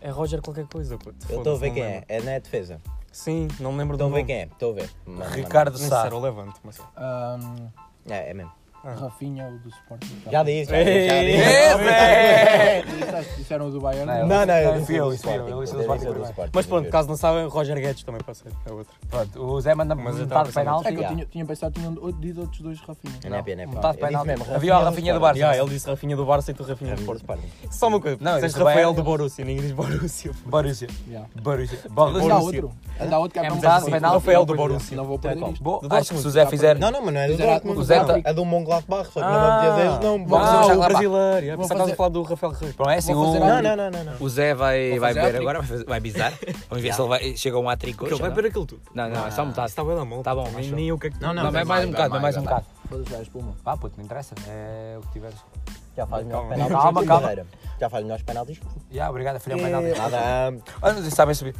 É Roger qualquer coisa, puto. Eu estou a Foda-se, ver não quem me é. lembro. É na defesa. Sim, não me lembro Estou do a ver nome. quem é. Estou a ver. Mano, mano, Ricardo Nem sei se Sá. era o Levante, mas. Ahm, mano. É, é mesmo. Ah. Um, Rafinha, o do Sporting. Já disse. Já Ei, disse. Já ei, Tá Esse! Disseste- Disseram o do Bayern. Não, Não, não, eu Não, disse fui eu, o do isso fui eu, eu disse o do Sporting Eu disse o do primeiro. Sporting, Mas pronto, juro. caso não sabem, Roger Guedes também pode ser. É outro. Pronto, o Zé manda-me Mas eu metade tava de a pensar penalti. É que eu Já. tinha, tinha pensado, tinha um- dito outros dois Rafinha. Não é pena, é Não, pena. tá-se Eu bem, disse não. mesmo, Havia o Rafinha do Barça. Yeah, ele disse Rafinha do Barça e tu Rafinha do Rafinha do Sporting. Sporting. Só uma coisa, Não, não, eu tens disse Bayern. Rafael do Borussia, ninguém diz Borussia. pô. Borussia. Yeah. Borussia. Mas há Borussia. outro. Ainda há outro que é É para metade, me penalti. fazer. Rafael do Borussia. Não vou perder isto. Tá Bom, Do acho que se o Zé fizer. Não, não, mas não é do Zé- Dortmund. o Zé Ah. tá- É do Mönchengladbach, só que não vamos dizer deles, não. Vou fazer Ah, um o Mönchengladbach. brasileiro. Yeah, Vou pensava que fazer- estavas a falar do Rafael Guerreiro. Pronto, é assim, Vou o, fazer Não, não, não, não. não. o Zé vai, vai fazer beber agora, vai, fazer- vai bizar. Vamos ver se ele vai, chega a um atrico. Ele vai ver aquilo tudo. Não, não, é só metade. Está bem da mão. Tá bom, Nem- acho- Nem eu que é que Não, Não, vai bebe mais um vai bocado, bebe mais um vai bocado. Foda-se, já é espuma. Vá, puto, não interessa. É o que tiveres. Já faz melhores Calma. penaltis Calma, que o calma. Madeira. Já faz melhores penaltis que o Yeah, obrigado a filhar mais nada. Nada. Ah, não sabem subir.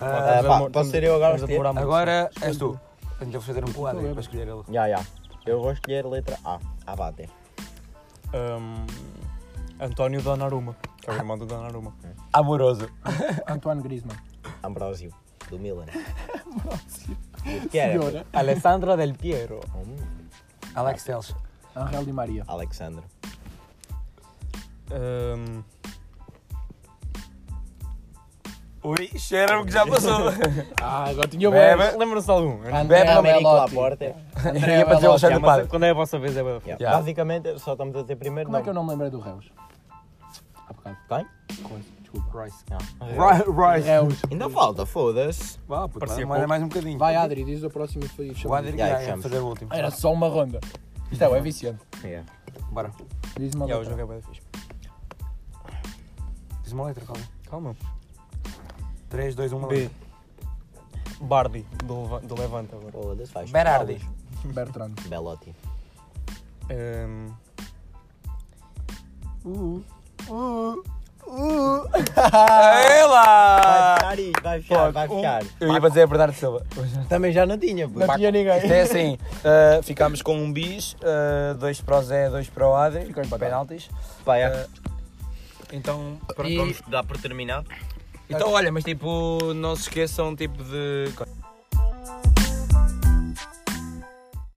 Ah, Ah, pá, posso ser eu agora a Vamos escolher? demorar muito. agora és tu. Então vou fazer um colado aí para escolher ele. Já, já. Eu vou escolher letra A. Abate. Hum, António Donnarumma, que é o irmão do Donnarumma. Amoroso. Antoine Griezmann. Ambrosio, do Milan. Ambrosio. Que era? Senhora. Alessandra Del Piero. Hum, Alex É, Teles. Angel Di Maria. Alexandre. Hum, Ui, cheira-me que já passou. Ah, agora tinha o Bebe. Lembra-se de algum? É Bebe André Américo Belotti. Laporta. Ia um para dizer o Alexandre Mas Padre. quando é a vossa vez é bem Yeah. Yeah. Basicamente, só estamos a ter primeiro Como é que eu nome. não me lembrei do Reus? Há bocado. Quem? Coisa, desculpa. Rice. Right. Rice. Reus. Ainda falta, foda-se. É. Vá, puto, Parecia manda pouco. mais um bocadinho. Vai, Adri, diz o próximo e foi O Adri Já, já, e é fechamos. fazer o último. Era só uma ronda. Isto é, o é viciante. Yeah. Bora. Diz uma Yeah, o letra. jogo é bem fixe. Diz uma letra, calma. um, Calma. 3, 2, 1, B. Bardi, do, Leva- do Levante agora. Foda-se, faz. Berardi. Bertrand. Belotti. Ehm, Hum, Ela! Vai fechar, vai fechar, vai fechar. Eu ia fazer a Bernardo Silva. Também já não tinha, pô. Não tinha ninguém. Isto é assim, uh, ficámos com um bis, uh, dois para o Zé, dois para o Adri, Ficou empatado. penaltis. Pá, é. Uh, então, Pronto, vamos dar por terminado. então olha, mas tipo, não se esqueçam tipo de...